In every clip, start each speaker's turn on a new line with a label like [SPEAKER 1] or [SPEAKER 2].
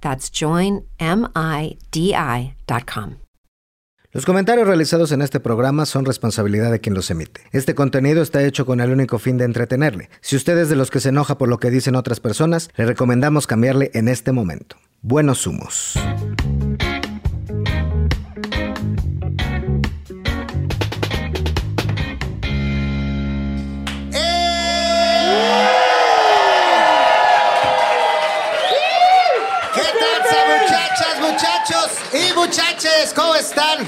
[SPEAKER 1] That's joinmidi.com.
[SPEAKER 2] Los comentarios realizados en este programa son responsabilidad de quien los emite. Este contenido está hecho con el único fin de entretenerle. Si usted es de los que se enoja por lo que dicen otras personas, le recomendamos cambiarle en este momento. Buenos humos.
[SPEAKER 3] ¿Qué tal, sa- muchachas, muchachos y muchaches? ¿Cómo están?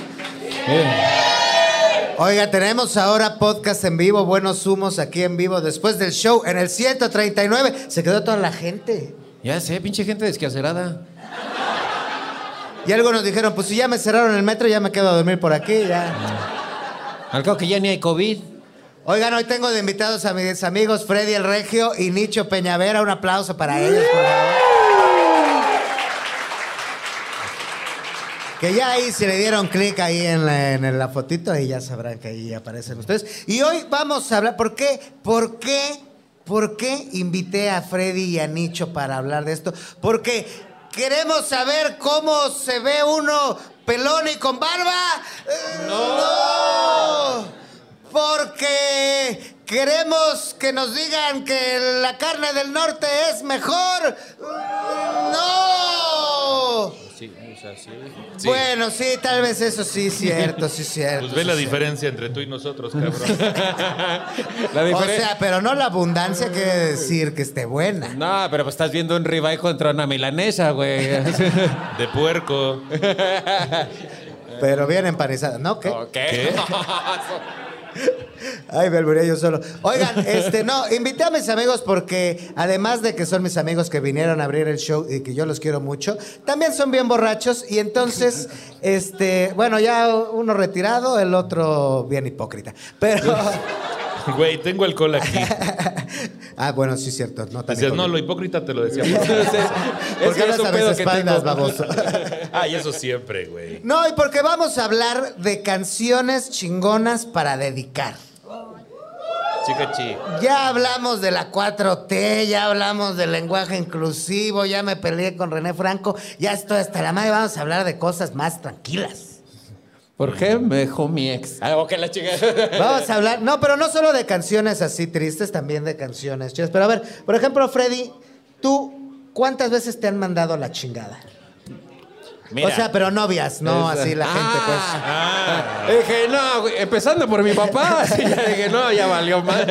[SPEAKER 3] Oiga, tenemos ahora podcast en vivo, buenos humos aquí en vivo después del show en el 139. Se quedó toda la gente.
[SPEAKER 4] Ya sé, pinche gente desquacerada.
[SPEAKER 3] Y algo nos dijeron, pues si ya me cerraron el metro, ya me quedo a dormir por aquí, ya.
[SPEAKER 4] Al cabo que ya ni hay COVID.
[SPEAKER 3] Oigan, hoy tengo de invitados a mis amigos Freddy el Regio y Nicho Peñavera. Un aplauso para ellos, por favor. Que ya ahí si le dieron clic ahí en la, en la fotito, ahí ya sabrán que ahí aparecen ustedes. Y hoy vamos a hablar, ¿por qué? ¿Por qué? ¿Por qué invité a Freddy y a Nicho para hablar de esto? Porque queremos saber cómo se ve uno pelón y con barba. Eh, ¡No! Porque queremos que nos digan que la carne del norte es mejor. ¡No!
[SPEAKER 4] Sí, o sea, sí.
[SPEAKER 3] Bueno, sí, tal vez eso sí es cierto, sí es cierto.
[SPEAKER 5] Pues ve
[SPEAKER 3] sí
[SPEAKER 5] la
[SPEAKER 3] es cierto.
[SPEAKER 5] diferencia entre tú y nosotros, cabrón.
[SPEAKER 4] La
[SPEAKER 3] O
[SPEAKER 4] diferencia.
[SPEAKER 3] sea, pero no la abundancia quiere decir que esté
[SPEAKER 5] Eh.
[SPEAKER 3] buena.
[SPEAKER 4] no, pero pues estás viendo un ribeye contra una milanesa, güey.
[SPEAKER 5] De puerco.
[SPEAKER 3] Pero bien empanizada, ¿no? ¿Qué?
[SPEAKER 4] Ok.
[SPEAKER 5] ¿Qué?
[SPEAKER 3] Ay, me alburé yo solo. Oigan, este, no, invité a mis amigos porque además de que son mis amigos que vinieron a abrir el show y que yo los quiero mucho, también son bien borrachos y entonces, este, bueno, ya uno retirado, el otro bien hipócrita. Pero,
[SPEAKER 5] Güey, tengo alcohol aquí.
[SPEAKER 3] ah, bueno, sí es cierto, no tan
[SPEAKER 5] Dices, no,
[SPEAKER 3] hipócrita.
[SPEAKER 5] lo hipócrita te lo decía.
[SPEAKER 4] Entonces,
[SPEAKER 3] ¿Por
[SPEAKER 4] es
[SPEAKER 3] qué
[SPEAKER 4] que es
[SPEAKER 3] hablas
[SPEAKER 4] un
[SPEAKER 3] a mis
[SPEAKER 4] pedo que
[SPEAKER 3] espaldas,
[SPEAKER 4] tengo.
[SPEAKER 3] baboso?
[SPEAKER 5] Ay, Ah, eso siempre, güey.
[SPEAKER 3] No, y porque vamos a hablar de canciones chingonas para dedicar.
[SPEAKER 5] Chica chi.
[SPEAKER 3] Ya hablamos de la 4T, ya hablamos del lenguaje inclusivo, ya me peleé con René Franco, ya estoy hasta la madre, vamos a hablar de cosas más tranquilas.
[SPEAKER 4] ¿Por qué me dejó mi ex? Ah, ok, la chica.
[SPEAKER 3] Vamos a hablar, no, pero no solo de canciones así tristes, también de canciones chidas. Pero a ver, por ejemplo, Freddy, ¿tú cuántas veces te han mandado la chingada?
[SPEAKER 4] Mira.
[SPEAKER 3] O sea, pero novias, no así la gente, pues.
[SPEAKER 4] Ah. Dije, no, güey, empezando por mi papá. Así ya dije, no, ya valió mal.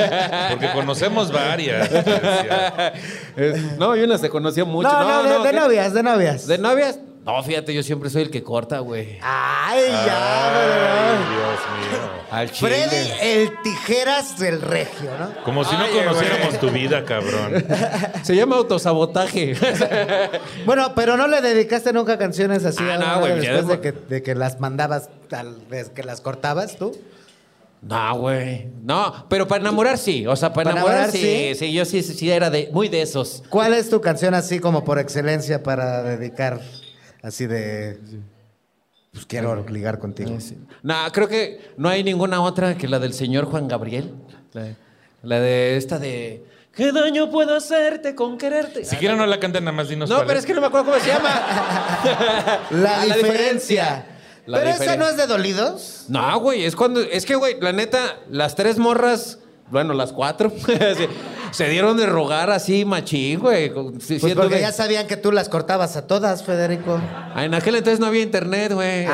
[SPEAKER 5] Porque conocemos varias. te decía.
[SPEAKER 4] Eh, no, yo no se conocía mucho.
[SPEAKER 3] No, no, de, de
[SPEAKER 4] ¿qué?
[SPEAKER 3] novias, de novias.
[SPEAKER 4] ¿De novias? No, fíjate, yo siempre soy el que corta, güey.
[SPEAKER 3] Ah, Ay, ya,
[SPEAKER 5] Ay,
[SPEAKER 3] perdón.
[SPEAKER 5] Dios mío.
[SPEAKER 4] Al Ah, chile.
[SPEAKER 3] Freddy, el tijeras del regio, ¿no?
[SPEAKER 5] Como si no
[SPEAKER 4] Ay,
[SPEAKER 5] conociéramos tu vida, cabrón.
[SPEAKER 4] Se llama autosabotaje.
[SPEAKER 3] Bueno, pero no le dedicaste nunca canciones así
[SPEAKER 4] Ah,
[SPEAKER 3] a
[SPEAKER 4] no,
[SPEAKER 3] una
[SPEAKER 4] güey, ya
[SPEAKER 3] después de
[SPEAKER 4] después-
[SPEAKER 3] que, de que las mandabas, tal vez que las cortabas tú.
[SPEAKER 4] no, güey. No, pero para enamorar sí. O sea, para,
[SPEAKER 3] ¿Para
[SPEAKER 4] enamorar,
[SPEAKER 3] enamorar,
[SPEAKER 4] sí,
[SPEAKER 3] sí?
[SPEAKER 4] sí. Yo sí, sí era de, muy de esos.
[SPEAKER 3] ¿Cuál es tu canción así como por excelencia para dedicar así de pues quiero ligar contigo?
[SPEAKER 4] No, creo que no hay ninguna otra que la del señor Juan Gabriel. La, la de esta de... ¿Qué daño puedo hacerte con quererte? Ah,
[SPEAKER 5] Si quieren no la canten, nada más dinos
[SPEAKER 4] No,
[SPEAKER 5] cuál
[SPEAKER 4] pero es que no me acuerdo cómo se llama.
[SPEAKER 3] La,
[SPEAKER 4] Ah,
[SPEAKER 3] diferencia.
[SPEAKER 4] La
[SPEAKER 3] pero esa
[SPEAKER 4] diferencia.
[SPEAKER 3] no es de dolidos.
[SPEAKER 4] No, güey, es cuando. Es que, güey, la neta, las tres morras. Bueno, las cuatro. sí, Se dieron de rogar así, machín, güey. Con- sí,
[SPEAKER 3] Pues
[SPEAKER 4] sí,
[SPEAKER 3] porque
[SPEAKER 4] tuve-
[SPEAKER 3] ya sabían que tú las cortabas a todas, Federico.
[SPEAKER 4] Ah, En aquel entonces no había internet, güey.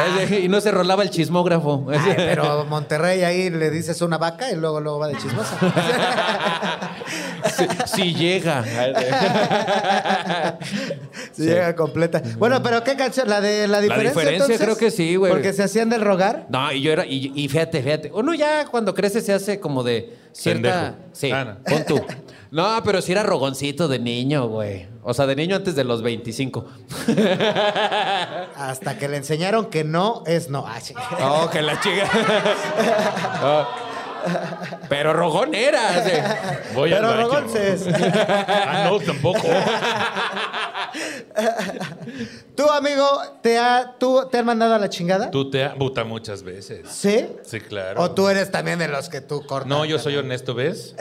[SPEAKER 4] Y no se rolaba el chismógrafo.
[SPEAKER 3] Ah. Ay, pero Monterrey ahí le dices una vaca y luego luego va de chismosa.
[SPEAKER 4] si, si llega.
[SPEAKER 3] Sí, Llega completa. Bueno, pero ¿qué canción? ¿La de la diferencia?
[SPEAKER 4] diferencia
[SPEAKER 3] entonces?
[SPEAKER 4] creo que sí, güey.
[SPEAKER 3] Porque se hacían del rogar.
[SPEAKER 4] No, y yo era, y, y fíjate, fíjate. Uno ya cuando crece se hace como de cierta.
[SPEAKER 5] Pendejo.
[SPEAKER 4] Sí,
[SPEAKER 5] Ah, no.
[SPEAKER 4] pon tú. No, pero sí era rogoncito de niño, güey. O sea, de niño antes de los 25.
[SPEAKER 3] Hasta que le enseñaron que no es no. Ah, sí.
[SPEAKER 4] Oh, que la chica. Oh. Pero rogón era. sí.
[SPEAKER 5] Voy
[SPEAKER 3] Pero
[SPEAKER 5] al baño.
[SPEAKER 3] Rogonces.
[SPEAKER 5] Ah, no, tampoco.
[SPEAKER 3] ¿Tú, amigo, te, ha, tú, te han mandado a la chingada?
[SPEAKER 5] Tú te puta muchas veces.
[SPEAKER 3] ¿Sí?
[SPEAKER 5] Sí, claro.
[SPEAKER 3] ¿O tú eres también de los que tú cortas?
[SPEAKER 5] No, yo soy honesto, ¿ves?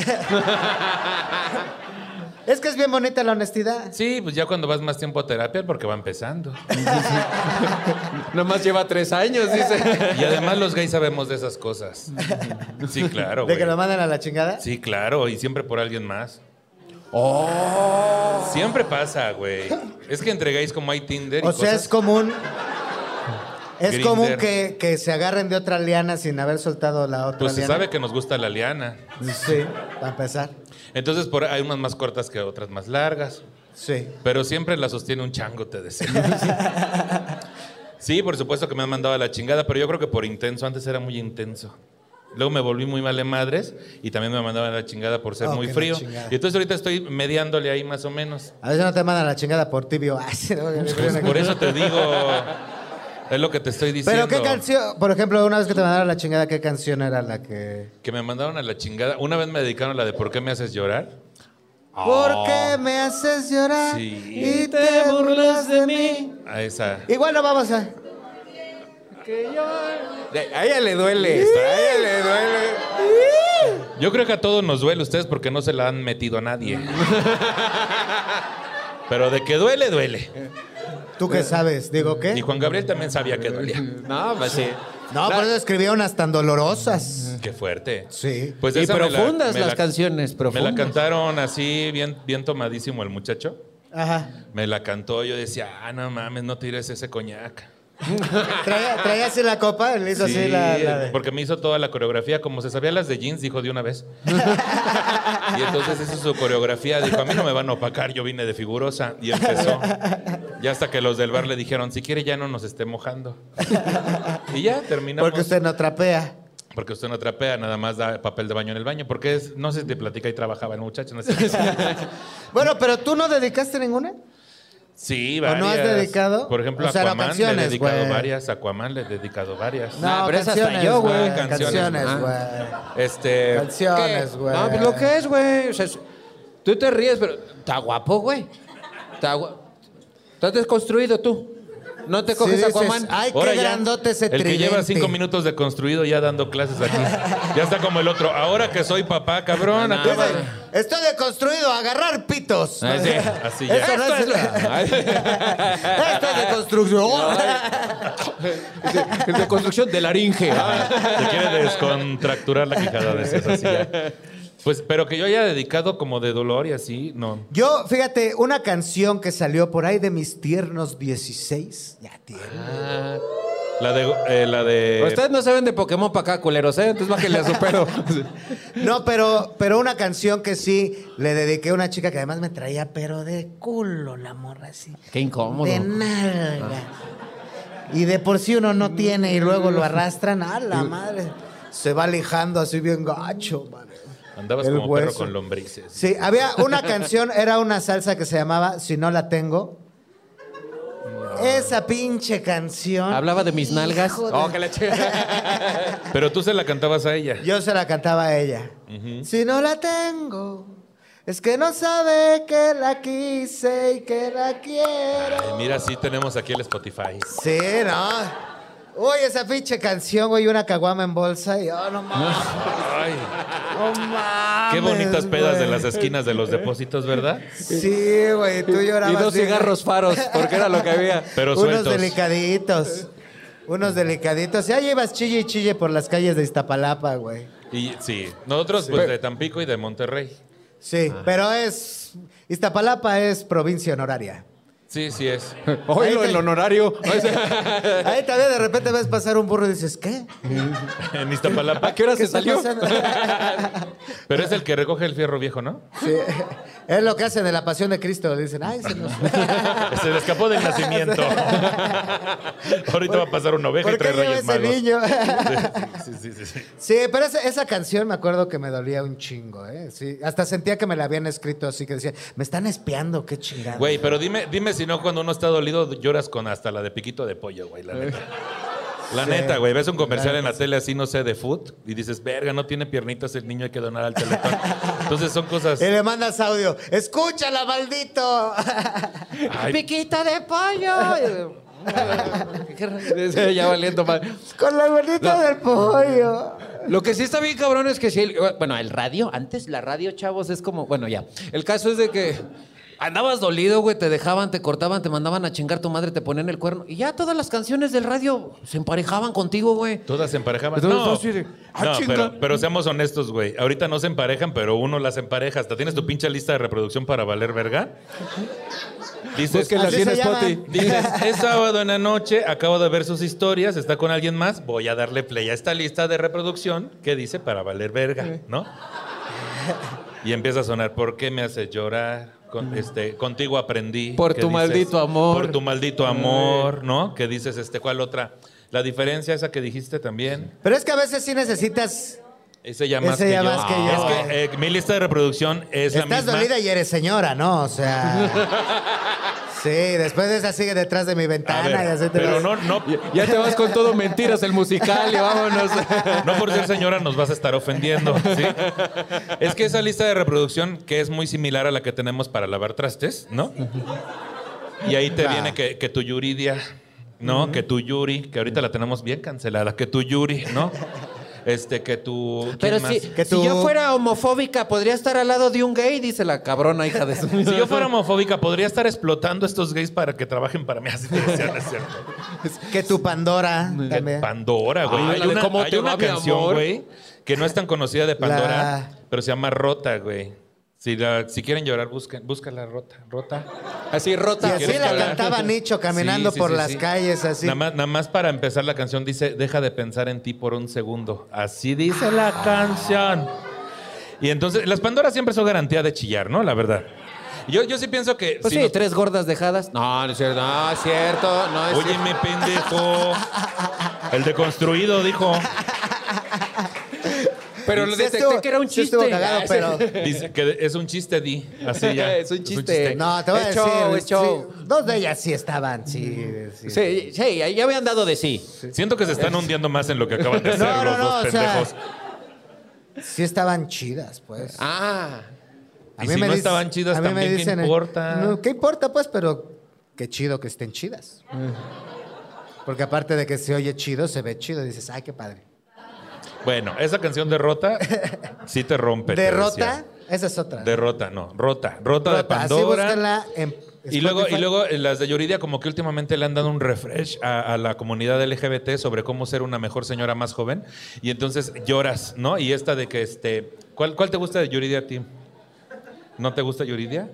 [SPEAKER 3] Es que es bien bonita la honestidad.
[SPEAKER 5] Sí, pues ya cuando vas más tiempo a terapia porque va empezando.
[SPEAKER 4] Nomás lleva tres años, dice.
[SPEAKER 5] Y además los gays sabemos de esas cosas. Sí, claro.
[SPEAKER 3] ¿De
[SPEAKER 5] güey.
[SPEAKER 3] que lo mandan a la chingada?
[SPEAKER 5] Sí, claro, y siempre por alguien más.
[SPEAKER 4] Oh.
[SPEAKER 5] Siempre pasa, güey. Es que entre gays como hay Tinder y
[SPEAKER 3] O sea,
[SPEAKER 5] cosas,
[SPEAKER 3] es común. Es
[SPEAKER 5] Grindr.
[SPEAKER 3] común que, que se agarren de otra liana sin haber soltado la otra
[SPEAKER 5] pues se
[SPEAKER 3] liana.
[SPEAKER 5] sabe que nos gusta la liana.
[SPEAKER 3] Sí, para empezar.
[SPEAKER 5] Entonces por, hay unas más cortas que otras más largas.
[SPEAKER 3] Sí.
[SPEAKER 5] Pero siempre la sostiene un chango, te decía. Sí, por supuesto que me han mandado a la chingada, pero yo creo que por intenso. Antes era muy intenso. Luego me volví muy mal de madres y también me mandaban a la chingada por ser
[SPEAKER 3] Oh,
[SPEAKER 5] muy
[SPEAKER 3] que la
[SPEAKER 5] frío.
[SPEAKER 3] chingada.
[SPEAKER 5] Y entonces ahorita estoy mediándole ahí más o menos.
[SPEAKER 3] A veces no te mandan a la chingada por tibio. Ay, sí, no,
[SPEAKER 5] Pues, por eso te digo, es lo que te estoy diciendo.
[SPEAKER 3] Pero qué canción, por ejemplo, una vez que te mandaron a la chingada, ¿qué canción era la que?
[SPEAKER 5] Que me mandaron a la chingada. Una vez me dedicaron a la de ¿Por qué me haces llorar?
[SPEAKER 4] Ah.
[SPEAKER 3] ¿Por qué me haces llorar
[SPEAKER 5] Sí.
[SPEAKER 3] y te burlas de mí?
[SPEAKER 5] A esa.
[SPEAKER 3] Igual no vamos a.
[SPEAKER 4] A ella le duele esto, a ella le duele.
[SPEAKER 5] Yo creo que a todos nos duele ustedes porque no se la han metido a nadie. Pero de que duele, duele.
[SPEAKER 3] ¿Tú qué sabes? Digo
[SPEAKER 5] Y
[SPEAKER 4] ¿Eh?
[SPEAKER 3] qué.
[SPEAKER 5] Juan Gabriel también sabía que dolía.
[SPEAKER 4] No, pues sí.
[SPEAKER 3] No, por eso escribía unas tan dolorosas.
[SPEAKER 5] Qué fuerte.
[SPEAKER 3] Sí.
[SPEAKER 5] Pues
[SPEAKER 4] y
[SPEAKER 5] esa me la-
[SPEAKER 4] profundas
[SPEAKER 5] me
[SPEAKER 4] las
[SPEAKER 5] la-
[SPEAKER 4] canciones,
[SPEAKER 5] Me la
[SPEAKER 4] profundas.
[SPEAKER 5] cantaron así, bien, bien tomadísimo el muchacho.
[SPEAKER 3] Ajá.
[SPEAKER 5] Me la cantó, yo decía, ah, no mames, no tires ese coñac.
[SPEAKER 3] Traía, traía así la copa, le hizo así la, la de-
[SPEAKER 5] porque me hizo toda la coreografía, como se sabía las de jeans, dijo de una vez. y entonces hizo su coreografía, dijo, a mí no me van a opacar, yo vine de figurosa. Y empezó. Y hasta que los del bar le dijeron, si quiere ya no nos esté mojando. y ya terminamos.
[SPEAKER 3] Porque usted no trapea.
[SPEAKER 5] Porque usted no trapea, nada más da papel de baño en el baño. Porque es, no sé si te platica y trabajaba el muchacho. No sé si-
[SPEAKER 3] Bueno, pero tú no dedicaste ninguna.
[SPEAKER 5] sí,
[SPEAKER 3] ¿O no has
[SPEAKER 5] varias.
[SPEAKER 3] dedicado?
[SPEAKER 5] Por ejemplo,
[SPEAKER 3] O sea, no,
[SPEAKER 5] Aquaman le he
[SPEAKER 3] canciones,
[SPEAKER 5] dedicado
[SPEAKER 3] güey.
[SPEAKER 5] varias. Aquaman le he dedicado varias.
[SPEAKER 4] No, pero esa hasta yo, güey. Eh,
[SPEAKER 5] Canciones,
[SPEAKER 3] Canciones, güey.
[SPEAKER 5] Este,
[SPEAKER 3] Canciones,
[SPEAKER 4] ¿Qué?
[SPEAKER 3] güey.
[SPEAKER 4] No, pues lo que es, güey. O sea, es- tú te ríes, pero está guapo, güey. Está gua- Estás desconstruido tú. No te
[SPEAKER 3] Sí,
[SPEAKER 4] coges a
[SPEAKER 3] dices, ah.
[SPEAKER 4] Aquaman.
[SPEAKER 3] "Ay, qué
[SPEAKER 5] Ahora ya,
[SPEAKER 3] grandote ese
[SPEAKER 5] El que lleva
[SPEAKER 3] tridente".
[SPEAKER 5] cinco minutos de construido ya dando clases aquí. ya está como el otro. Ahora que soy papá,
[SPEAKER 4] No,
[SPEAKER 5] cabrón,
[SPEAKER 4] no,
[SPEAKER 5] acaba
[SPEAKER 4] no.
[SPEAKER 5] de-
[SPEAKER 3] Estoy deconstruido, agarrar pitos.
[SPEAKER 4] Ah, sí,
[SPEAKER 5] así ya.
[SPEAKER 3] Eso no es- Esto es deconstrucción.
[SPEAKER 4] De, de construcción de laringe.
[SPEAKER 5] Ah,
[SPEAKER 3] Ah.
[SPEAKER 5] Se quiere descontracturar la quijada de esas así ya. Pues, pero que yo haya dedicado como de dolor y así, no.
[SPEAKER 3] Yo, fíjate, una canción que salió por ahí de mis tiernos 16. Ya tiene.
[SPEAKER 4] Ah.
[SPEAKER 5] La de. eh, la de
[SPEAKER 4] Ustedes no saben de Pokémon para acá, culeros, ¿eh? Entonces bájenle a su pedo.
[SPEAKER 3] No, pero, pero una canción que sí le dediqué a una chica que además me traía, pero de culo la morra así.
[SPEAKER 4] Qué incómodo.
[SPEAKER 3] De nalga. Y de por sí uno no tiene y luego lo arrastran. ¡A la madre! Se va lijando así bien gacho, man.
[SPEAKER 5] Andabas
[SPEAKER 3] El
[SPEAKER 5] como perro
[SPEAKER 3] hueso.
[SPEAKER 5] con lombrices.
[SPEAKER 3] Sí, había una canción, era una salsa que se llamaba Si no la tengo. Esa pinche canción.
[SPEAKER 4] Hablaba de mis nalgas.
[SPEAKER 3] Hijo de-
[SPEAKER 4] Oh, que la chica.
[SPEAKER 5] Pero tú se la cantabas a ella.
[SPEAKER 3] Yo se la cantaba a ella. Si no la tengo, es que no sabe que la quise y que la
[SPEAKER 5] Ay,
[SPEAKER 3] quiero.
[SPEAKER 5] mira, sí tenemos aquí el Spotify.
[SPEAKER 3] Sí, ¿no? Uy, esa pinche canción, güey, una caguama en bolsa y oh, no mames.
[SPEAKER 5] Ay,
[SPEAKER 3] No mames.
[SPEAKER 5] qué bonitas pedas de las
[SPEAKER 3] güey.
[SPEAKER 5] esquinas de los depósitos, ¿verdad?
[SPEAKER 3] Sí, güey, tú llorabas.
[SPEAKER 4] Y dos
[SPEAKER 3] bien.
[SPEAKER 4] cigarros faros, porque era lo que había.
[SPEAKER 5] Pero
[SPEAKER 3] unos
[SPEAKER 5] sueltos.
[SPEAKER 3] delicaditos. Unos delicaditos. Ya llevas chille y chille por las calles de Iztapalapa, güey.
[SPEAKER 5] Y sí, nosotros pues de Tampico y de Monterrey.
[SPEAKER 3] Sí, pero es. Iztapalapa es provincia honoraria.
[SPEAKER 5] Sí, sí es.
[SPEAKER 4] Oílo, el honorario.
[SPEAKER 3] Ahí también de repente ves pasar un burro y dices, ¿qué?
[SPEAKER 5] en
[SPEAKER 4] ¿A
[SPEAKER 5] Iztapalapa.
[SPEAKER 4] qué hora
[SPEAKER 3] ¿Qué
[SPEAKER 4] se
[SPEAKER 3] está
[SPEAKER 4] salió?
[SPEAKER 3] pasando?
[SPEAKER 5] Pero es el que recoge el fierro viejo, ¿no?
[SPEAKER 3] Sí. Es lo que hacen de la pasión de Cristo. Dicen, ay, se nos.
[SPEAKER 5] Se le escapó del nacimiento. Ahorita va a pasar una oveja y
[SPEAKER 3] ¿Por qué
[SPEAKER 5] tres
[SPEAKER 3] lleva
[SPEAKER 5] reyes
[SPEAKER 3] ese
[SPEAKER 5] magos.
[SPEAKER 3] niño?
[SPEAKER 5] Sí, sí, sí, sí.
[SPEAKER 3] Sí, pero esa, esa canción me acuerdo que me dolía un chingo, ¿eh? Sí, hasta sentía que me la habían escrito así que decía, me están espiando, qué chingada.
[SPEAKER 5] Güey, pero dime, dime si no, cuando uno está dolido, lloras con hasta la de piquito de pollo, güey, la neta. La neta, güey, ves un comercial en la tele así, no sé, de food, y dices, verga, no tiene piernitas el niño, hay que donar al teletón. Entonces son cosas...
[SPEAKER 3] Y le mandas audio, escúchala, maldito.
[SPEAKER 5] Ay.
[SPEAKER 3] Piquito de pollo.
[SPEAKER 4] Sí, ya valiendo madre.
[SPEAKER 3] Con la bonita
[SPEAKER 4] No.
[SPEAKER 3] del pollo.
[SPEAKER 4] Lo que sí está bien cabrón es que si... el- bueno, el radio, antes la radio, chavos, es como... Bueno, ya. El caso es de que andabas dolido, güey, te dejaban, te cortaban, te mandaban a chingar tu madre, te ponían el cuerno. Y ya todas las canciones del radio se emparejaban contigo, güey.
[SPEAKER 5] Todas se emparejaban.
[SPEAKER 4] Entonces,
[SPEAKER 5] No,
[SPEAKER 4] todos así de, ah,
[SPEAKER 5] No,
[SPEAKER 4] chinga.
[SPEAKER 5] pero, pero seamos honestos, güey. Ahorita no se emparejan, pero uno las empareja. Hasta tienes tu pinche lista de reproducción para valer verga. Dices,
[SPEAKER 4] Búsquenla
[SPEAKER 3] así
[SPEAKER 4] así en
[SPEAKER 3] se llama.
[SPEAKER 4] Spotify.
[SPEAKER 5] dices, es sábado en la noche, acabo de ver sus historias, está con alguien más, voy a darle play a esta lista de reproducción que dice para valer verga, ¿no? Y empieza a sonar, ¿por qué me haces llorar? Con- este, contigo aprendí.
[SPEAKER 4] Por
[SPEAKER 5] que
[SPEAKER 4] tu maldito amor.
[SPEAKER 5] Por tu maldito amor, ¿no? Que dices, este, ¿cuál otra? La diferencia esa que dijiste también.
[SPEAKER 3] Pero es que a veces sí necesitas.
[SPEAKER 5] Ese ya más,
[SPEAKER 3] Ese
[SPEAKER 5] que,
[SPEAKER 3] ya
[SPEAKER 5] yo.
[SPEAKER 3] más que yo.
[SPEAKER 5] Es que eh, mi lista de reproducción es la misma.
[SPEAKER 3] Estás dolida y eres señora, ¿no? O sea. sí, después de esa sigue detrás de mi
[SPEAKER 5] A
[SPEAKER 3] ventana y
[SPEAKER 5] ver,
[SPEAKER 3] así te
[SPEAKER 5] pero
[SPEAKER 3] vas.
[SPEAKER 5] no, no,
[SPEAKER 4] Ya te vas con todo mentiras, el musical, y vámonos.
[SPEAKER 5] no por ser señora nos vas a estar ofendiendo. ¿sí? Es que esa lista de reproducción, que es muy similar a la que tenemos para lavar trastes, ¿no? Y ahí te viene que, que tu Yuridia, ¿no? Que tu Yuri, que ahorita la tenemos bien cancelada, que tu Yuri, ¿no? Este, que tu. ¿quién
[SPEAKER 4] Pero
[SPEAKER 5] más?
[SPEAKER 4] si,
[SPEAKER 3] Que
[SPEAKER 4] si
[SPEAKER 3] tú-
[SPEAKER 4] yo fuera homofóbica, podría estar al lado de un gay, dice la cabrona hija de su...
[SPEAKER 5] Si yo fuera homofóbica, podría estar explotando a estos gays para que trabajen para mí. Así es cierto.
[SPEAKER 3] Que tu Pandora también.
[SPEAKER 5] Pandora, güey.
[SPEAKER 4] Ah,
[SPEAKER 5] hay
[SPEAKER 4] la de
[SPEAKER 5] una,
[SPEAKER 4] ¿Cómo
[SPEAKER 5] hay
[SPEAKER 4] te
[SPEAKER 5] una
[SPEAKER 4] va, mi
[SPEAKER 5] canción,
[SPEAKER 4] amor?
[SPEAKER 5] güey, que no es tan conocida de Pandora,
[SPEAKER 3] La-
[SPEAKER 5] pero se llama Rota, güey. Si, la- si quieren llorar, busquen, búscala Rota. Rota.
[SPEAKER 4] Así
[SPEAKER 3] y
[SPEAKER 4] rota.
[SPEAKER 3] así
[SPEAKER 5] ¿Quieres
[SPEAKER 3] la
[SPEAKER 5] hablar?
[SPEAKER 3] cantaba Nicho caminando
[SPEAKER 5] Sí, sí,
[SPEAKER 3] por
[SPEAKER 5] sí,
[SPEAKER 3] las
[SPEAKER 5] sí.
[SPEAKER 3] calles, así.
[SPEAKER 5] Nada más, nada más para empezar la canción dice, deja de pensar en ti por un segundo. Así dice la canción. Y entonces, las Pandoras siempre son garantía de chillar, ¿no? La verdad. Yo, yo sí pienso que...
[SPEAKER 4] Pues
[SPEAKER 5] si
[SPEAKER 4] sí,
[SPEAKER 5] nos-
[SPEAKER 4] tres gordas dejadas. No, no es cierto, no es cierto, no es cierto.
[SPEAKER 5] Óyeme, pendejo. El deconstruido dijo...
[SPEAKER 4] Pero
[SPEAKER 3] Sí
[SPEAKER 4] lo detecté
[SPEAKER 3] estuvo-
[SPEAKER 4] que era un
[SPEAKER 3] sí
[SPEAKER 4] chiste.
[SPEAKER 3] estuvo cagado,
[SPEAKER 4] Ah, ese-
[SPEAKER 3] pero-
[SPEAKER 5] Dice que es un chiste, Di. Así ya.
[SPEAKER 4] Es un chiste.
[SPEAKER 3] No, te voy a
[SPEAKER 4] Es
[SPEAKER 3] decir.
[SPEAKER 4] show, es
[SPEAKER 3] sí,
[SPEAKER 4] show.
[SPEAKER 3] dos de ellas sí estaban, sí. sí.
[SPEAKER 4] Sí, sí, ahí ya habían dado de sí.
[SPEAKER 5] Siento que se están hundiendo más en lo que acaban de
[SPEAKER 3] No,
[SPEAKER 5] hacer
[SPEAKER 3] no,
[SPEAKER 5] los
[SPEAKER 3] no,
[SPEAKER 5] dos
[SPEAKER 3] o sea,
[SPEAKER 5] pendejos.
[SPEAKER 3] Sí estaban chidas, pues.
[SPEAKER 4] Ah,
[SPEAKER 3] A
[SPEAKER 5] y
[SPEAKER 3] mí
[SPEAKER 5] si
[SPEAKER 3] me
[SPEAKER 5] no
[SPEAKER 3] dic-
[SPEAKER 5] estaban chidas
[SPEAKER 3] a mí me
[SPEAKER 5] también, ¿qué
[SPEAKER 3] dicen, eh,
[SPEAKER 5] importa?
[SPEAKER 3] no, ¿Qué importa, pues? Pero qué chido que estén chidas. Porque aparte de que se oye chido, se ve chido. Dices, ay, qué padre.
[SPEAKER 5] Bueno, esa canción de Rota sí te rompe. te
[SPEAKER 3] Derrota,
[SPEAKER 5] decía.
[SPEAKER 3] esa es otra.
[SPEAKER 5] Derrota, no. Rota. Rota, de
[SPEAKER 3] Rota, así
[SPEAKER 5] Pandora.
[SPEAKER 3] búsquenla en
[SPEAKER 5] y luego, y
[SPEAKER 3] Spotify.
[SPEAKER 5] luego eh, las de Yuridia como que últimamente le han dado un refresh a, a la comunidad LGBT sobre cómo ser una mejor señora más joven. Y entonces lloras, ¿no? Y esta de que este... ¿Cuál, cuál te gusta de Yuridia a ti? ¿No te gusta Yuridia?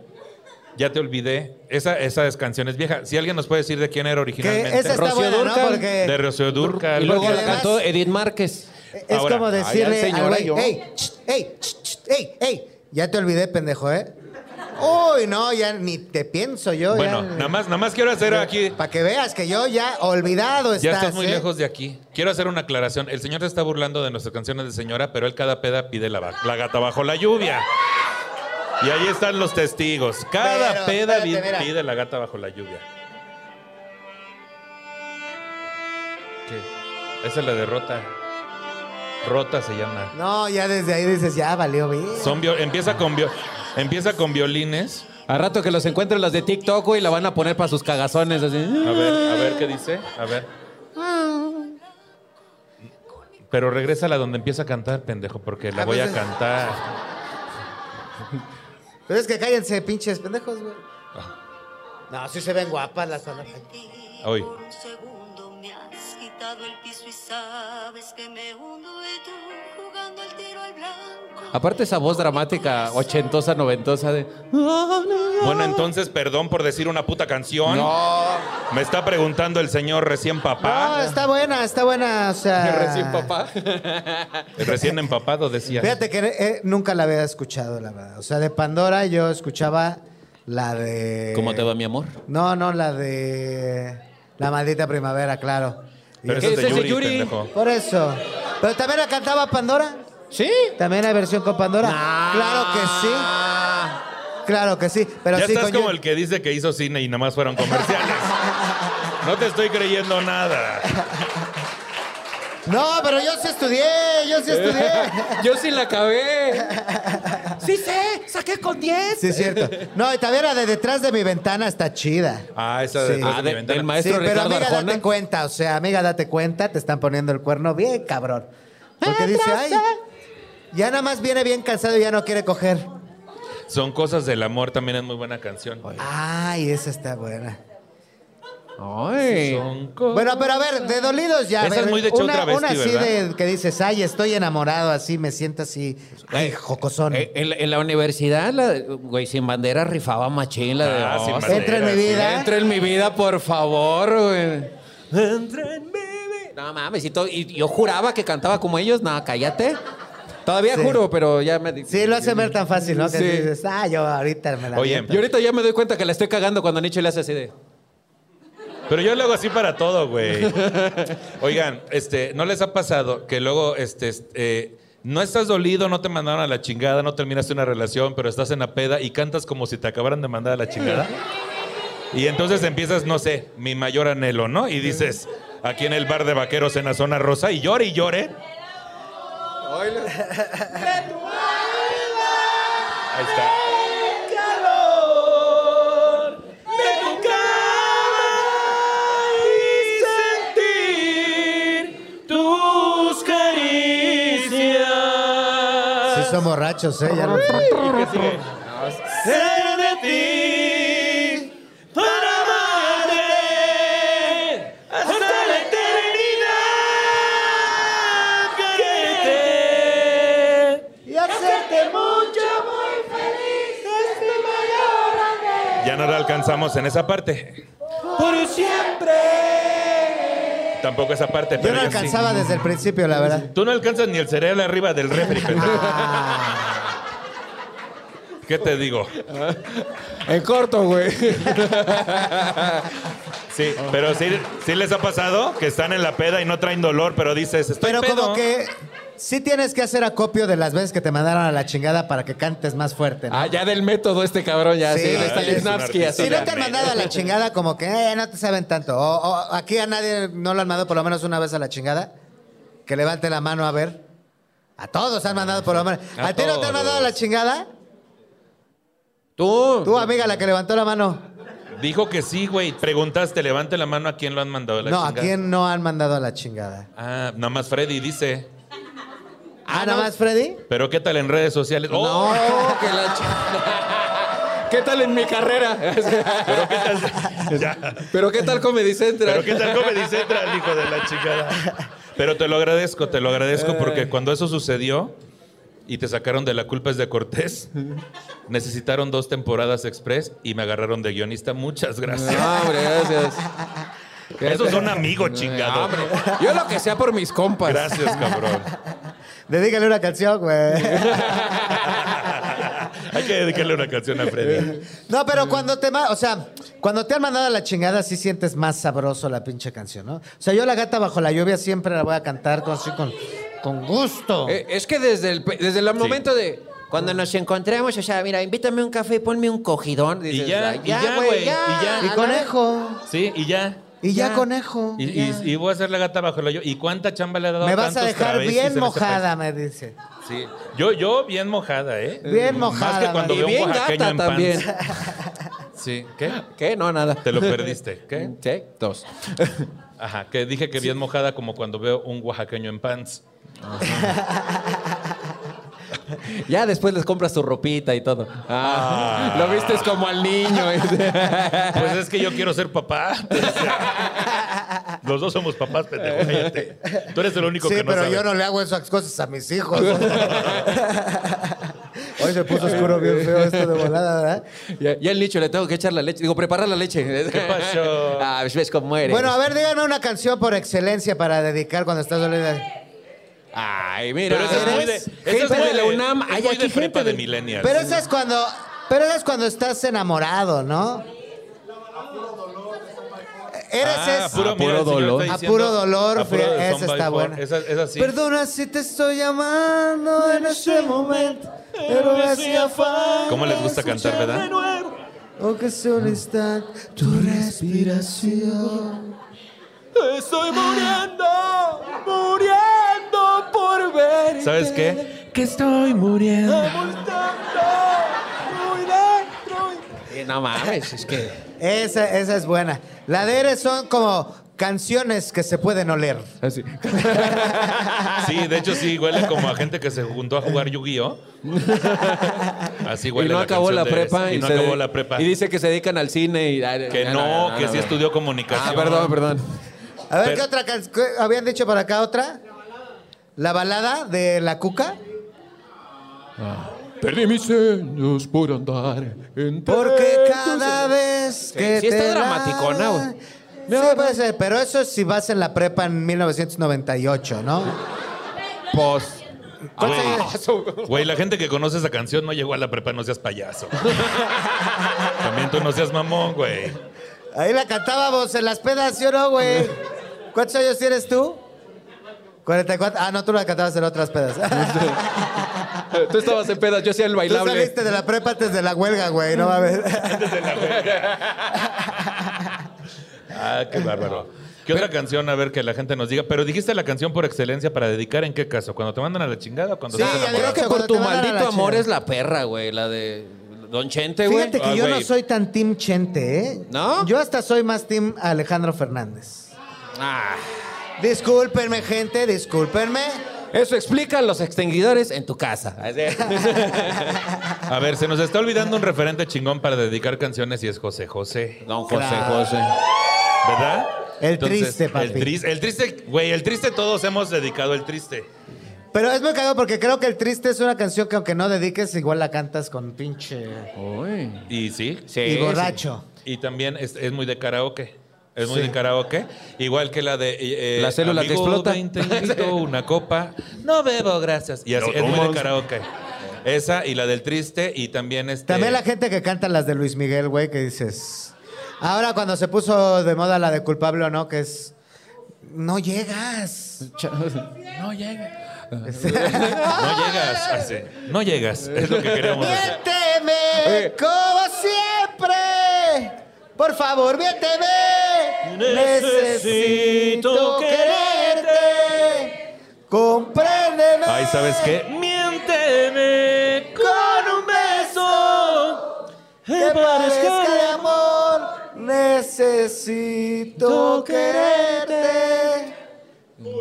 [SPEAKER 5] Ya te olvidé. Esa, esa es canciones viejas. Si alguien nos puede decir de quién era originalmente.
[SPEAKER 3] Que esa está
[SPEAKER 4] Rocío
[SPEAKER 3] buena, ¿no?
[SPEAKER 4] Dúrcal,
[SPEAKER 3] Porque
[SPEAKER 5] De Rocío Dúrcal.
[SPEAKER 4] y luego
[SPEAKER 5] Porque
[SPEAKER 4] la
[SPEAKER 3] además-
[SPEAKER 4] cantó Edith Márquez.
[SPEAKER 3] es
[SPEAKER 5] Ahora,
[SPEAKER 3] como
[SPEAKER 5] ay, al
[SPEAKER 3] decirle
[SPEAKER 4] señora
[SPEAKER 3] al güey,
[SPEAKER 4] yo.
[SPEAKER 3] hey, ch, hey, ch, ch, hey, hey, ya te olvidé, pendejo, ¿eh? Uy, no, ya ni te pienso yo.
[SPEAKER 5] Bueno,
[SPEAKER 3] ya-
[SPEAKER 5] nada más, nada más quiero hacer aquí.
[SPEAKER 3] Para que veas que yo ya olvidado estás.
[SPEAKER 5] Ya estás muy
[SPEAKER 3] ¿eh?
[SPEAKER 5] lejos de aquí. Quiero hacer una aclaración. El señor se está burlando de nuestras canciones de señora, pero él cada peda pide la, ba- la gata bajo la lluvia. Y ahí están los testigos. Cada
[SPEAKER 3] Pero,
[SPEAKER 5] peda
[SPEAKER 3] espérate,
[SPEAKER 5] vi-
[SPEAKER 3] mira.
[SPEAKER 5] pide la gata bajo la lluvia. ¿Qué? Esa es la derrota. Rota se llama.
[SPEAKER 3] No, ya desde ahí dices, ya valió bien.
[SPEAKER 5] Son vio- empieza, con vio- empieza con violines.
[SPEAKER 4] A rato que los encuentren las de TikTok, güey, la van a poner para sus cagazones. Así.
[SPEAKER 5] A ver, a ver qué dice. A ver. Pero regrésala donde empieza a cantar, pendejo, porque la
[SPEAKER 3] Ah,
[SPEAKER 5] voy
[SPEAKER 3] pues
[SPEAKER 5] a
[SPEAKER 3] es-
[SPEAKER 5] cantar.
[SPEAKER 3] Pero es que cállense, pinches pendejos, güey.
[SPEAKER 5] Ah.
[SPEAKER 3] No, sí se ven guapas las palabras.
[SPEAKER 5] Hoy.
[SPEAKER 6] Por un segundo me has quitado el piso y sabes que me hundo y tú jugando al
[SPEAKER 4] Aparte esa voz dramática, ochentosa, noventosa de...
[SPEAKER 5] Bueno, entonces, perdón por decir una puta canción.
[SPEAKER 4] No,
[SPEAKER 5] Me está preguntando el señor recién
[SPEAKER 3] No,
[SPEAKER 5] papá.
[SPEAKER 3] está buena, está buena. O sea.
[SPEAKER 4] recién papá.
[SPEAKER 5] Recién empapado, decía.
[SPEAKER 3] Fíjate que eh, nunca la había escuchado, la verdad. O sea, de Pandora yo escuchaba la de.
[SPEAKER 4] ¿Cómo te va, mi amor?
[SPEAKER 3] No, no, la de. La maldita primavera, claro. Y
[SPEAKER 5] Pero
[SPEAKER 3] es-
[SPEAKER 5] eso es
[SPEAKER 4] ¿Qué
[SPEAKER 5] de
[SPEAKER 4] es ese
[SPEAKER 5] Yuri,
[SPEAKER 4] Yuri?
[SPEAKER 5] pendejo.
[SPEAKER 3] Por eso. Pero también la cantaba Pandora.
[SPEAKER 4] ¿Sí?
[SPEAKER 3] También hay versión con Pandora. Claro que sí. Claro que sí. Pero
[SPEAKER 5] ya
[SPEAKER 3] sí,
[SPEAKER 5] estás
[SPEAKER 3] con
[SPEAKER 5] como
[SPEAKER 3] Yuri-
[SPEAKER 5] el que dice que hizo cine y nada más fueron comerciales. No te estoy creyendo nada.
[SPEAKER 3] No, pero yo sí estudié, yo sí estudié.
[SPEAKER 4] Yo sí la acabé. sí sé, saqué con 10.
[SPEAKER 3] Sí, es cierto. No, y también la de detrás de mi ventana está chida.
[SPEAKER 5] Ah, esa de
[SPEAKER 3] Sí.
[SPEAKER 5] detrás
[SPEAKER 4] Ah,
[SPEAKER 5] de mi
[SPEAKER 4] de-
[SPEAKER 5] ventana.
[SPEAKER 4] del maestro
[SPEAKER 3] sí, pero
[SPEAKER 4] Ricardo
[SPEAKER 3] amiga,
[SPEAKER 4] Arjona.
[SPEAKER 3] date cuenta, o sea, amiga, date cuenta, te están poniendo el cuerno bien cabrón. Porque dice, ay, ya nada más viene bien cansado y ya no quiere coger.
[SPEAKER 5] Son cosas del amor, también es muy buena canción.
[SPEAKER 3] Ay, esa está buena.
[SPEAKER 4] Ay.
[SPEAKER 5] Son cosas-
[SPEAKER 3] Bueno, pero a ver, de dolidos ya. a
[SPEAKER 5] Esa es
[SPEAKER 3] ver,
[SPEAKER 5] muy de show
[SPEAKER 3] una,
[SPEAKER 5] travesti,
[SPEAKER 3] una así
[SPEAKER 5] ¿verdad?
[SPEAKER 3] de que dices, ay, estoy enamorado, así me siento así, ay, jocosón.
[SPEAKER 4] Eh, En, la- en la universidad, la, de- güey, sin bandera rifaba machín la de...
[SPEAKER 5] Ah, sin
[SPEAKER 4] "Oh,
[SPEAKER 5] bandera,
[SPEAKER 3] Entra en mi
[SPEAKER 5] sí.
[SPEAKER 3] vida.
[SPEAKER 4] Entra en mi vida, por favor, güey. Entra en mi vida. No mames, y, todo- y yo juraba que cantaba como ellos. No, cállate. Todavía
[SPEAKER 3] Sí.
[SPEAKER 4] juro, pero ya me...
[SPEAKER 3] Sí, lo hacen ver tan fácil, ¿no? Que
[SPEAKER 4] Sí.
[SPEAKER 3] dices, ah, yo ahorita me la
[SPEAKER 5] Oye,
[SPEAKER 3] aviento".
[SPEAKER 4] Y ahorita ya me doy cuenta que la estoy cagando cuando Nietzsche le hace así de...
[SPEAKER 5] Pero yo lo hago así para todo, güey. Oigan, este, ¿no les ha pasado que luego este, est- eh, no estás dolido, no te mandaron a la chingada, no terminaste una relación, pero estás en la peda y cantas como si te acabaran de mandar a la chingada? Y entonces empiezas, no sé, mi mayor anhelo, ¿no? Y dices, aquí en el bar de vaqueros en la zona rosa, y llore y llore. Ahí está. Tus caricias.
[SPEAKER 3] Sí son borrachos, ¿eh? Ya lo-
[SPEAKER 5] de ti para amarte hasta la eternidad.
[SPEAKER 3] Y hacerte
[SPEAKER 5] Ya no la alcanzamos en esa parte.
[SPEAKER 4] Por siempre.
[SPEAKER 5] Tampoco esa parte,
[SPEAKER 3] Yo
[SPEAKER 5] pero
[SPEAKER 3] no
[SPEAKER 5] ya sí.
[SPEAKER 3] alcanzaba desde el principio, la verdad.
[SPEAKER 5] Tú no alcanzas ni el cereal arriba del refri,
[SPEAKER 3] Ah.
[SPEAKER 5] pendejo. ¿Qué te digo?
[SPEAKER 4] En corto, güey.
[SPEAKER 5] Sí, pero sí, sí les ha pasado que están en la peda y no traen dolor, pero dices, estoy
[SPEAKER 3] Pero
[SPEAKER 5] pedo.
[SPEAKER 3] como que sí tienes que hacer acopio de las veces que te mandaron a la chingada para que cantes más fuerte. ¿no?
[SPEAKER 4] Ah, ya del método este cabrón, ya.
[SPEAKER 3] Sí,
[SPEAKER 4] Sí, de
[SPEAKER 3] eres
[SPEAKER 4] Stanislavski,
[SPEAKER 5] un
[SPEAKER 4] así.
[SPEAKER 3] si no te han
[SPEAKER 5] totalmente.
[SPEAKER 3] mandado a la chingada, como que "Eh, no te saben tanto. O, o aquí a nadie no lo han mandado por lo menos una vez a la chingada. Que levante la mano a ver. A todos han mandado por lo menos.
[SPEAKER 5] A
[SPEAKER 3] ¿A, ti no te han mandado a la
[SPEAKER 5] todos.
[SPEAKER 3] chingada?
[SPEAKER 4] Tú.
[SPEAKER 3] Tú, amiga, la que levantó la mano.
[SPEAKER 5] Dijo que sí, güey. Preguntaste, levante la mano a quién lo han mandado a la
[SPEAKER 3] no, ¿a
[SPEAKER 5] chingada.
[SPEAKER 3] quién no han mandado a la chingada?
[SPEAKER 5] Ah, nada más Freddy dice.
[SPEAKER 3] Ah, nada más, Freddy.
[SPEAKER 5] Pero ¿qué tal en redes sociales? ¡Oh!
[SPEAKER 4] No, que la ch- ¿Qué tal en mi carrera?
[SPEAKER 5] Pero ¿qué tal? Ya.
[SPEAKER 4] Pero qué tal Comedy Central.
[SPEAKER 5] Pero ¿qué tal Comedy Central, hijo de la chingada? Pero te lo agradezco, te lo
[SPEAKER 4] Eh.
[SPEAKER 5] agradezco porque cuando eso sucedió y te sacaron de la culpa es de Cortés, necesitaron dos temporadas express y me agarraron de guionista. Muchas gracias.
[SPEAKER 4] No, hombre, gracias.
[SPEAKER 5] Esos son amigos, chingado.
[SPEAKER 4] Hombre, Yo lo que sea por mis compas.
[SPEAKER 5] Gracias, cabrón.
[SPEAKER 3] Dedícale una canción, güey.
[SPEAKER 5] Hay que dedicarle una canción a Freddy.
[SPEAKER 3] No, pero cuando te, ma- o sea, cuando te han mandado a la chingada sí sientes más sabroso la pinche canción, ¿no? O sea, yo la gata bajo la lluvia siempre la voy a cantar con así con, con gusto.
[SPEAKER 4] Eh, es que desde el, pe- desde el momento de... Cuando nos encontremos, o sea, mira, invítame un café y ponme un cogidón. Dices,
[SPEAKER 5] ya,
[SPEAKER 4] "Ay,
[SPEAKER 5] y ya, güey, y ya.
[SPEAKER 3] y
[SPEAKER 4] a la
[SPEAKER 3] conejo.
[SPEAKER 5] Sí, y ya.
[SPEAKER 3] Y ya, conejo.
[SPEAKER 5] Y, y- y voy a hacer la gata bajo la yo. ¿Y cuánta chamba le ha dado
[SPEAKER 3] me vas a
[SPEAKER 5] tantos
[SPEAKER 3] dejar
[SPEAKER 5] travestis en
[SPEAKER 3] bien
[SPEAKER 5] ese
[SPEAKER 3] mojada, me dice.
[SPEAKER 5] país? Sí. Yo, yo bien mojada, ¿eh?
[SPEAKER 3] Bien
[SPEAKER 5] Más
[SPEAKER 3] mojada,
[SPEAKER 5] que cuando
[SPEAKER 3] Y
[SPEAKER 5] veo un
[SPEAKER 4] bien
[SPEAKER 5] oaxaqueño
[SPEAKER 4] gata
[SPEAKER 5] en pants.
[SPEAKER 4] también.
[SPEAKER 5] Sí. ¿Qué?
[SPEAKER 4] ¿Qué? No, nada.
[SPEAKER 5] Te lo perdiste. ¿Qué?
[SPEAKER 4] Sí, dos.
[SPEAKER 5] Ajá, que dije que bien mojada como cuando veo un oaxaqueño en pants.
[SPEAKER 4] Ya después les compras tu ropita y todo. Ah,
[SPEAKER 5] Ah.
[SPEAKER 4] Lo vistes como al niño.
[SPEAKER 5] Pues es que yo quiero ser papá. Los dos somos papás, pendejo. cállate. Tú eres el único
[SPEAKER 3] Sí,
[SPEAKER 5] que no
[SPEAKER 3] pero
[SPEAKER 5] sabe.
[SPEAKER 3] yo no le hago esas cosas a mis hijos. Hoy se puso oscuro bien feo esto de volada, ¿verdad?
[SPEAKER 4] Ya, ya el nicho le tengo que echar la leche. Digo, preparar la leche. ¿Qué
[SPEAKER 5] pasó?
[SPEAKER 4] Ah, pues ves cómo eres.
[SPEAKER 3] Bueno, a ver, díganos una canción por excelencia para dedicar cuando estás dolida.
[SPEAKER 4] Ay, mira.
[SPEAKER 5] Pero eso es muy de,
[SPEAKER 4] eres
[SPEAKER 5] eso
[SPEAKER 4] gente
[SPEAKER 5] es muy
[SPEAKER 4] de la UNAM.
[SPEAKER 5] es
[SPEAKER 4] Hay
[SPEAKER 5] muy
[SPEAKER 4] aquí
[SPEAKER 5] de
[SPEAKER 4] gente
[SPEAKER 5] prepa de
[SPEAKER 4] del-
[SPEAKER 5] millennials.
[SPEAKER 3] Pero esa es cuando, pero esa es cuando estás enamorado, ¿no? Eres
[SPEAKER 5] Ah,
[SPEAKER 3] es-
[SPEAKER 5] puro,
[SPEAKER 4] A
[SPEAKER 5] mira,
[SPEAKER 4] puro
[SPEAKER 5] el señor
[SPEAKER 4] dolor.
[SPEAKER 5] está
[SPEAKER 3] A
[SPEAKER 5] diciendo-
[SPEAKER 3] puro dolor,
[SPEAKER 5] a puro
[SPEAKER 3] fe-
[SPEAKER 5] de
[SPEAKER 3] esa
[SPEAKER 5] Son by
[SPEAKER 3] está
[SPEAKER 5] Four.
[SPEAKER 3] buena.
[SPEAKER 5] Esa, esa sí.
[SPEAKER 3] Perdona si te estoy llamando en este momento, pero me hacía falta.
[SPEAKER 5] ¿Cómo les gusta cantar, verdad?
[SPEAKER 3] O que sea un instante tu respiración.
[SPEAKER 4] Estoy muriendo, muriendo por ver.
[SPEAKER 5] ¿Sabes qué?
[SPEAKER 4] Que estoy muriendo. no mames, es que.
[SPEAKER 3] Esa, esa es buena. La de Eres son como canciones que se pueden oler.
[SPEAKER 4] Así.
[SPEAKER 5] Sí, de hecho sí, huele como a gente que se juntó a jugar Yu-Gi-Oh. Así
[SPEAKER 4] y
[SPEAKER 5] huele
[SPEAKER 4] no
[SPEAKER 5] la
[SPEAKER 4] acabó
[SPEAKER 5] canción
[SPEAKER 4] la
[SPEAKER 5] de
[SPEAKER 4] prepa.
[SPEAKER 5] Eres. Y no
[SPEAKER 4] se
[SPEAKER 5] acabó
[SPEAKER 4] de-
[SPEAKER 5] la prepa.
[SPEAKER 4] Y dice que se dedican al cine y. ay,
[SPEAKER 5] Que no, que sí
[SPEAKER 4] no.
[SPEAKER 5] estudió comunicación.
[SPEAKER 4] Ah, perdón, perdón.
[SPEAKER 3] A ver,
[SPEAKER 5] Pero-
[SPEAKER 3] ¿qué otra can- qué habían dicho para acá otra? La balada de la cuca.
[SPEAKER 6] Perdí mis sueños por andar en
[SPEAKER 3] Porque cada vez que
[SPEAKER 4] Eh, sí está
[SPEAKER 3] te
[SPEAKER 4] dramaticona,
[SPEAKER 3] da-
[SPEAKER 4] güey.
[SPEAKER 3] Sí, puede ser, pero eso es si vas en la prepa en 1998, ¿no?
[SPEAKER 4] Pos.
[SPEAKER 5] Ah, Güey, Güey, la gente que conoce esa canción no llegó a la prepa, no seas payaso. También tú no seas mamón, güey.
[SPEAKER 3] Ahí la cantábamos en las pedas, ¿sí o no, güey? ¿Cuántos años tienes tú? 44. Ah, no, tú la cantabas en otras pedas.
[SPEAKER 4] Pues, Eh, Tú estabas en pedas, yo hacía el
[SPEAKER 3] Tú
[SPEAKER 4] bailable.
[SPEAKER 3] saliste de la prepa antes de la huelga, güey, no mames.
[SPEAKER 5] Ah, qué bárbaro. ¿Qué otra canción? A ver, que la gente nos diga. Pero dijiste la canción por excelencia para dedicar en qué caso? ¿Cuando te mandan a la chingada o cuando
[SPEAKER 3] Sí,
[SPEAKER 5] estás
[SPEAKER 3] ya
[SPEAKER 5] enamorado?
[SPEAKER 4] Creo que
[SPEAKER 3] Cuando
[SPEAKER 4] por
[SPEAKER 3] te
[SPEAKER 4] tu
[SPEAKER 3] mandan a la
[SPEAKER 4] maldito amor
[SPEAKER 3] chingada.
[SPEAKER 4] es la perra, güey. La de Don Chente, güey.
[SPEAKER 3] Fíjate que
[SPEAKER 5] Ah,
[SPEAKER 3] yo no
[SPEAKER 5] güey.
[SPEAKER 3] soy tan team Chente, ¿eh?
[SPEAKER 4] ¿No?
[SPEAKER 3] Yo hasta soy más team Alejandro Fernández.
[SPEAKER 4] Ah.
[SPEAKER 3] Discúlpenme, gente, discúlpenme.
[SPEAKER 4] Eso explica los extinguidores en tu casa.
[SPEAKER 5] A ver, se nos está olvidando un referente chingón para dedicar canciones y es José José.
[SPEAKER 4] Don José
[SPEAKER 3] Claro.
[SPEAKER 4] José.
[SPEAKER 5] ¿Verdad?
[SPEAKER 3] El triste, papi.
[SPEAKER 5] El, tris- el triste, güey, el triste todos hemos dedicado el triste.
[SPEAKER 3] Pero es muy cagado porque creo que el triste es una canción que aunque no dediques, igual la cantas con pinche
[SPEAKER 5] Y sí.
[SPEAKER 3] y borracho.
[SPEAKER 5] Y también es, es muy de karaoke. Es muy de karaoke. Igual que la de. eh, eh,
[SPEAKER 4] La célula que
[SPEAKER 5] amigo,
[SPEAKER 4] explota.
[SPEAKER 5] ven, te invito una copa. No bebo, gracias. Y así, es muy de karaoke. Esa y la del triste y también este.
[SPEAKER 3] También la gente que canta las de Luis Miguel, güey, que dices. Ahora cuando se puso de moda la de culpable o no, que es. No llegas.
[SPEAKER 4] No llega.
[SPEAKER 5] No llegas. así. No llegas. Es lo que queremos decir.
[SPEAKER 3] Miénteme como siempre. Por favor, miénteme. Necesito quererte. Compréndeme.
[SPEAKER 5] Ay, ¿sabes qué? Miénteme
[SPEAKER 3] con un beso que parezca de amor. Necesito quererte.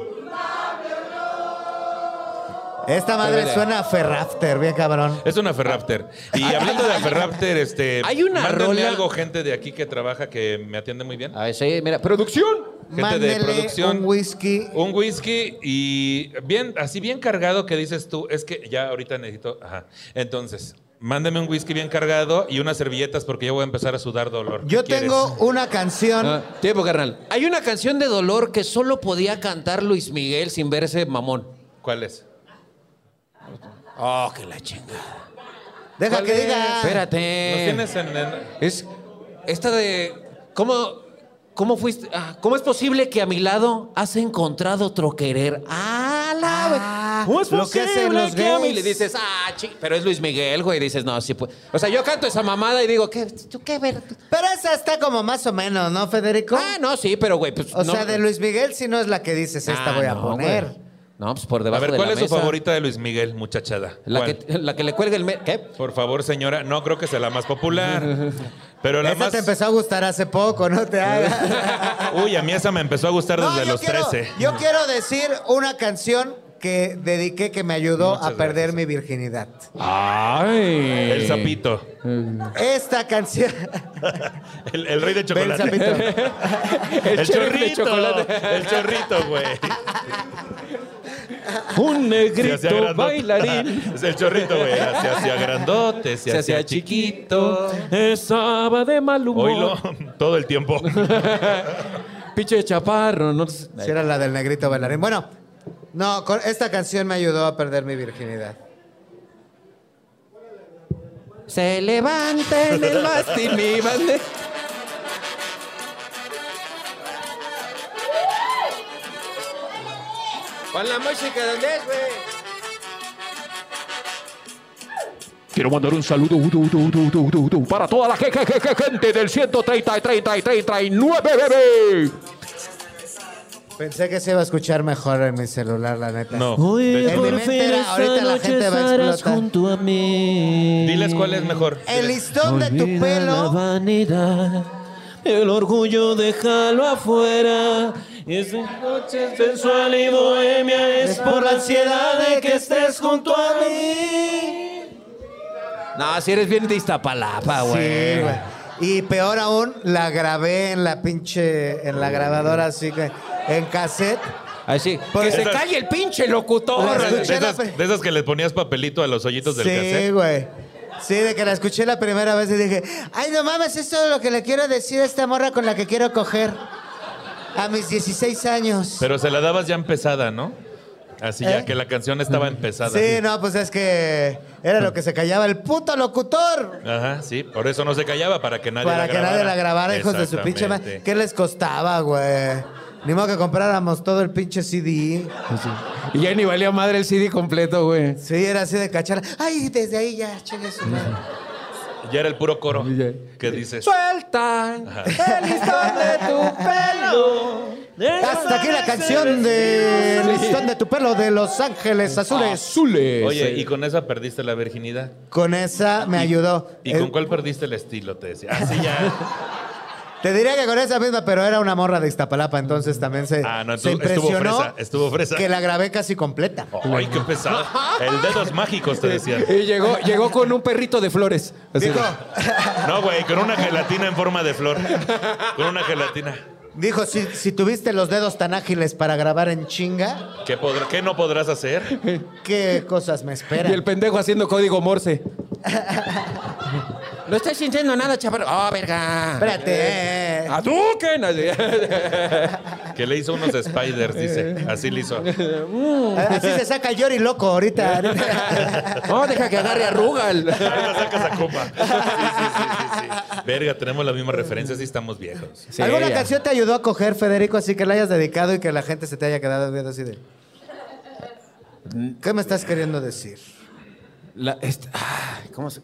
[SPEAKER 3] Esta madre suena a Ferrafter, bien cabrón.
[SPEAKER 5] Es una Ferrapter. Y hablando de Ferrapter, este.
[SPEAKER 4] Hay una
[SPEAKER 5] mándenme
[SPEAKER 4] rola-
[SPEAKER 5] algo, gente de aquí que trabaja que me atiende muy bien.
[SPEAKER 4] A ver, sí, mira, producción.
[SPEAKER 5] Gente de
[SPEAKER 3] Mándele
[SPEAKER 5] producción.
[SPEAKER 3] un whisky.
[SPEAKER 5] Un whisky y bien, así bien cargado que dices tú, es que ya ahorita necesito. Ajá. Entonces, mándame un whisky bien cargado y unas servilletas porque yo voy a empezar a sudar dolor.
[SPEAKER 3] Yo
[SPEAKER 5] ¿Qué
[SPEAKER 3] tengo una canción.
[SPEAKER 4] Ah, tiempo, carnal. Hay una canción de dolor que solo podía cantar Luis Miguel sin verse mamón.
[SPEAKER 5] quieres? ¿Cuál es?
[SPEAKER 4] Oh, que la chinga.
[SPEAKER 3] Deja
[SPEAKER 5] ¿cuál
[SPEAKER 3] que
[SPEAKER 5] es?
[SPEAKER 3] diga.
[SPEAKER 4] Espérate.
[SPEAKER 3] Eh,
[SPEAKER 5] ¿Nos tienes en.? en-
[SPEAKER 4] Es esta de. ¿Cómo, cómo fuiste? ah, ¿Cómo es posible que a mi lado has encontrado otro querer? ¡Ah, la güey!
[SPEAKER 3] Ah,
[SPEAKER 4] ¿Cómo es
[SPEAKER 3] lo que
[SPEAKER 4] posible
[SPEAKER 3] hacen los
[SPEAKER 4] que a mí
[SPEAKER 3] gays.
[SPEAKER 4] le dices, ah, chi-". Pero es Luis Miguel, güey. Dices, no, sí, pues. O sea, yo canto esa mamada y digo, ¿qué? ¿Tú qué ver?
[SPEAKER 3] Pero esa está como más o menos, ¿no, Federico?
[SPEAKER 4] Ah, no, sí, pero, güey, pues.
[SPEAKER 3] o
[SPEAKER 4] no-
[SPEAKER 3] sea, de Luis Miguel, si no es la que dices, esta
[SPEAKER 4] Ah,
[SPEAKER 3] voy a
[SPEAKER 4] no,
[SPEAKER 3] poner.
[SPEAKER 4] güey. No, pues por
[SPEAKER 5] A
[SPEAKER 4] debajo
[SPEAKER 5] ver,
[SPEAKER 4] de
[SPEAKER 5] ¿cuál
[SPEAKER 4] la
[SPEAKER 5] es su
[SPEAKER 4] mesa.
[SPEAKER 5] favorita de Luis Miguel, muchachada?
[SPEAKER 4] La
[SPEAKER 5] ¿Cuál?
[SPEAKER 4] que, la que le cuelga el... me- ¿Qué?
[SPEAKER 5] Por favor, señora. No creo que sea la más popular. Pero la
[SPEAKER 3] Esa
[SPEAKER 5] más.
[SPEAKER 3] te empezó a gustar hace poco, no te hagas.
[SPEAKER 5] Uy, a mí esa me empezó a gustar
[SPEAKER 3] No,
[SPEAKER 5] desde
[SPEAKER 3] yo
[SPEAKER 5] los
[SPEAKER 3] quiero-
[SPEAKER 5] 13.
[SPEAKER 3] Yo quiero decir una canción que dediqué que me ayudó
[SPEAKER 5] Muchas
[SPEAKER 3] a perder
[SPEAKER 5] gracias.
[SPEAKER 3] mi virginidad.
[SPEAKER 6] Ay.
[SPEAKER 5] El sapito.
[SPEAKER 3] Esta canción.
[SPEAKER 5] El, el rey de
[SPEAKER 3] Ve el
[SPEAKER 5] chocolate.
[SPEAKER 3] sapito.
[SPEAKER 5] El,
[SPEAKER 6] sheriff de
[SPEAKER 5] chorrito.
[SPEAKER 6] chocolate.
[SPEAKER 5] El chorrito, güey.
[SPEAKER 6] Un
[SPEAKER 5] Se hacía
[SPEAKER 6] negrito
[SPEAKER 5] grandote.
[SPEAKER 6] bailarín.
[SPEAKER 5] Es el chorrito, güey. Se hacía grandote, se,
[SPEAKER 6] Se
[SPEAKER 5] hacía
[SPEAKER 6] hacía
[SPEAKER 5] chiquito.
[SPEAKER 4] Eh,
[SPEAKER 6] Estaba de mal humor.
[SPEAKER 5] Oílo todo el tiempo.
[SPEAKER 6] Pinche chaparro. No...
[SPEAKER 3] Si era la del negrito bailarín. Bueno, no, con- esta canción me ayudó a perder mi virginidad.
[SPEAKER 4] Se levanta en el mástil mi bande- Pon la música, ¿dónde es, güey?
[SPEAKER 6] Quiero mandar un saludo uh, udu, udu, udu, udu, udu, udu, para toda la je- je- je- je- gente del 130 y 30 y 39 bebé.
[SPEAKER 3] Pensé que se iba a escuchar mejor en mi celular, la neta.
[SPEAKER 5] No.
[SPEAKER 3] En mi mente era, ahorita la gente va a explotar.
[SPEAKER 4] a mí.
[SPEAKER 5] Diles cuál es mejor.
[SPEAKER 3] El listón de tu
[SPEAKER 4] Olvida La
[SPEAKER 3] pelo.
[SPEAKER 4] vanidad, el orgullo déjalo afuera. Esa noche sensual y bohemia es por la ansiedad de que estés junto a mí. No, si eres bien de Iztapalapa,
[SPEAKER 3] Sí,
[SPEAKER 4] güey.
[SPEAKER 3] güey. Y peor aún, la grabé en la pinche, en la grabadora, así que, en cassette.
[SPEAKER 4] Así,
[SPEAKER 3] Por-
[SPEAKER 4] que se
[SPEAKER 5] Esas-
[SPEAKER 4] calle el pinche locutor.
[SPEAKER 3] Las-
[SPEAKER 5] De
[SPEAKER 3] escuché la
[SPEAKER 5] esas,
[SPEAKER 3] pe-
[SPEAKER 5] de esas que les ponías papelito a los hoyitos del
[SPEAKER 3] Sí,
[SPEAKER 5] cassette.
[SPEAKER 3] güey. Sí, de que la escuché la primera vez y dije, ay, no mames, esto es lo que le quiero decir a esta morra con la que quiero coger a mis 16 años.
[SPEAKER 5] Pero se la dabas ya empezada, ¿no? Así ya
[SPEAKER 3] ¿Eh?
[SPEAKER 5] que la canción estaba empezada.
[SPEAKER 3] sí, no, pues es que era lo que se callaba el puto locutor.
[SPEAKER 5] Ajá, sí. Por eso no se callaba, para que nadie
[SPEAKER 3] para
[SPEAKER 5] la
[SPEAKER 3] que
[SPEAKER 5] grabara.
[SPEAKER 3] nadie la grabara, hijos de su pinche madre.
[SPEAKER 5] Exactamente.
[SPEAKER 3] ¿Qué les costaba, güey? Ni modo que compráramos todo el pinche CD.
[SPEAKER 4] Y ya ni valía madre el CD completo, güey.
[SPEAKER 3] Sí, era así de cachar. Ay, desde ahí ya, chingue su madre.
[SPEAKER 5] Ya era el puro coro.
[SPEAKER 6] Ya.
[SPEAKER 5] ¿Qué dices?
[SPEAKER 4] Suelta el listón de tu pelo.
[SPEAKER 3] Hasta aquí la canción de El Listón de tu pelo de Los Ángeles Azules.
[SPEAKER 6] Azules.
[SPEAKER 5] Ah. Oye, y con esa perdiste la virginidad.
[SPEAKER 3] Con esa me ayudó.
[SPEAKER 5] Ah. ¿Y
[SPEAKER 3] Eh,
[SPEAKER 5] con cuál perdiste el estilo? Te decía. Así ya.
[SPEAKER 3] Te diría que con esa misma, pero era una morra de Iztapalapa, entonces también se,
[SPEAKER 5] Ah, no,
[SPEAKER 3] se
[SPEAKER 5] estuvo- estuvo
[SPEAKER 3] impresionó
[SPEAKER 5] fresa, estuvo fresa.
[SPEAKER 3] que la grabé casi completa.
[SPEAKER 5] Ay, qué pesado. El dedos mágicos te decía.
[SPEAKER 4] Y llegó, llegó con un perrito de flores. Así.
[SPEAKER 3] Dijo,
[SPEAKER 5] No, güey, con una gelatina en forma de flor. Con una gelatina.
[SPEAKER 3] dijo si, si tuviste los dedos tan ágiles para grabar en chinga,
[SPEAKER 5] ¿Qué, podr- qué no podrás hacer?
[SPEAKER 3] ¿qué cosas me
[SPEAKER 4] Y el
[SPEAKER 3] esperan?
[SPEAKER 4] pendejo haciendo código Morse. No estoy sintiendo nada, chaval. ¡Oh, verga!
[SPEAKER 3] Espérate. eh,
[SPEAKER 4] ¡Aduken! Así.
[SPEAKER 5] Que le hizo unos spiders, dice. Así le hizo.
[SPEAKER 3] Así se saca el Yori loco ahorita.
[SPEAKER 4] No, deja que agarre arruga. el-
[SPEAKER 5] Ahorita sacas a copa. Sí, sí, sí, sí, sí. Verga, tenemos la misma referencia, sí estamos viejos.
[SPEAKER 4] Sí,
[SPEAKER 3] ¿Alguna
[SPEAKER 4] ya.
[SPEAKER 3] canción te ayudó a coger, Federico, así que la hayas dedicado y que la gente se te haya quedado viendo así de... ¿Qué me estás queriendo decir?
[SPEAKER 4] La, esta- ay, ¿cómo se-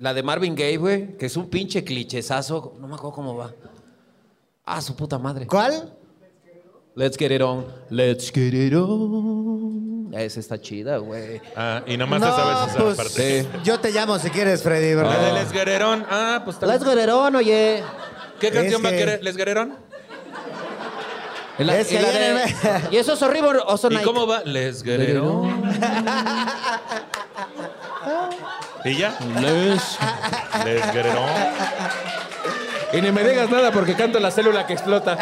[SPEAKER 4] la de Marvin Gaye, güey, que es un pinche clichezazo. No me acuerdo cómo va. Ah, su puta madre.
[SPEAKER 3] ¿Cuál?
[SPEAKER 4] Let's get it on. Let's get it on. Esa está chida, güey.
[SPEAKER 5] Ah, y nomás te sabes esa
[SPEAKER 3] pues,
[SPEAKER 5] parte.
[SPEAKER 4] sí.
[SPEAKER 3] Yo te llamo si quieres, Freddy,
[SPEAKER 5] La de
[SPEAKER 3] ¿verdad?
[SPEAKER 5] Les Guerrerón. Ah, pues tal.
[SPEAKER 4] Let's get it on, oye.
[SPEAKER 5] ¿Qué canción
[SPEAKER 3] Es
[SPEAKER 5] va a
[SPEAKER 3] que-
[SPEAKER 5] querer Les Guerrerón?
[SPEAKER 4] Y la-
[SPEAKER 3] Es que
[SPEAKER 4] y la
[SPEAKER 3] ayer
[SPEAKER 4] de- Eh, Y eso es horrible.
[SPEAKER 5] ¿Y cómo va? Les Guerrerón. ¿Y ya? Les Guerrerón.
[SPEAKER 6] Y ni me digas nada porque canto la célula que explota.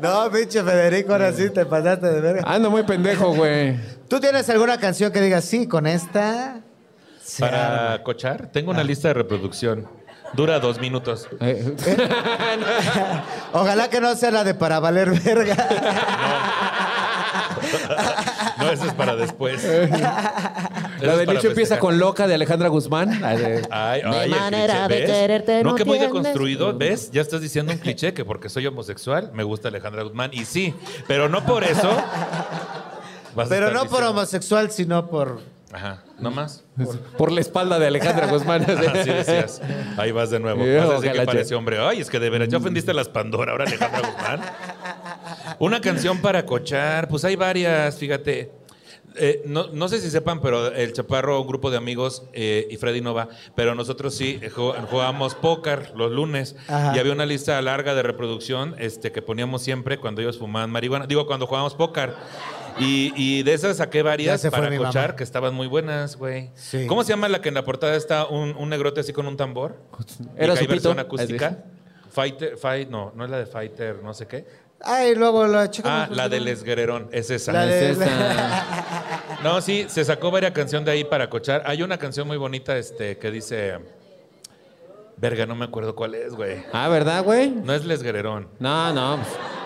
[SPEAKER 3] No, pinche Federico, ahora sí te pasaste de verga.
[SPEAKER 6] Ando muy pendejo, güey.
[SPEAKER 3] ¿Tú tienes alguna canción que digas, sí, con esta? se arma"?
[SPEAKER 5] Para cochar, tengo una lista de reproducción. Dura dos minutos.
[SPEAKER 6] Eh,
[SPEAKER 3] Ojalá que no sea la de para valer verga.
[SPEAKER 5] No, eso es para después.
[SPEAKER 4] La de Nicho empieza con Loca de Alejandra Guzmán. La de-
[SPEAKER 5] Ay, ay, el
[SPEAKER 7] manera
[SPEAKER 5] cliché,
[SPEAKER 7] de
[SPEAKER 5] ¿ves?
[SPEAKER 7] quererte
[SPEAKER 5] No,
[SPEAKER 7] no
[SPEAKER 5] que muy
[SPEAKER 7] tienes.
[SPEAKER 5] deconstruido, ¿ves? Ya estás diciendo un cliché que porque soy homosexual me gusta Alejandra Guzmán y sí, pero no por eso. vas a
[SPEAKER 3] Pero
[SPEAKER 5] estar
[SPEAKER 3] no por
[SPEAKER 5] diciendo-
[SPEAKER 3] homosexual, sino por...
[SPEAKER 5] Ajá, no más.
[SPEAKER 6] Por la espalda de Alejandra Guzmán.
[SPEAKER 5] Así decías. Ahí vas de nuevo.
[SPEAKER 6] Eh,
[SPEAKER 5] Vas a decir que
[SPEAKER 6] ojalá,
[SPEAKER 5] parece hombre. Ay, es que de
[SPEAKER 3] Mm.
[SPEAKER 5] veras, ya ofendiste a las Pandora, ahora Alejandra Guzmán. Una canción para cochar, pues hay varias, fíjate. eh, no, no sé si sepan, pero el Chaparro, un grupo de amigos eh, y Freddy Nova, pero nosotros sí eh, jug- jugábamos póker los lunes
[SPEAKER 3] Ajá.
[SPEAKER 5] y había una lista larga de reproducción este, que poníamos siempre cuando ellos fumaban marihuana. Digo, cuando jugábamos póker. Y, y de esas saqué varias
[SPEAKER 3] se fue
[SPEAKER 5] para
[SPEAKER 3] mi mamá.
[SPEAKER 5] cochar, que estaban muy buenas, güey.
[SPEAKER 3] Sí.
[SPEAKER 5] ¿Cómo se llama la que en la portada está un, un negrote así con un tambor?
[SPEAKER 4] Era
[SPEAKER 5] Y que hay
[SPEAKER 4] su pito.
[SPEAKER 5] versión acústica. Fighter, fight, no, no es la de Fighter, no sé qué.
[SPEAKER 3] Ay, luego la chica.
[SPEAKER 5] Ah, la del esguererón, es esa.
[SPEAKER 3] La de-
[SPEAKER 4] Es esa.
[SPEAKER 5] No, sí, se sacó varias canción de ahí para cochar. Hay una canción muy bonita este, que dice. Verga, no me acuerdo cuál es, güey.
[SPEAKER 4] Ah, ¿verdad, güey?
[SPEAKER 5] No es Lesguererón.
[SPEAKER 4] No, no.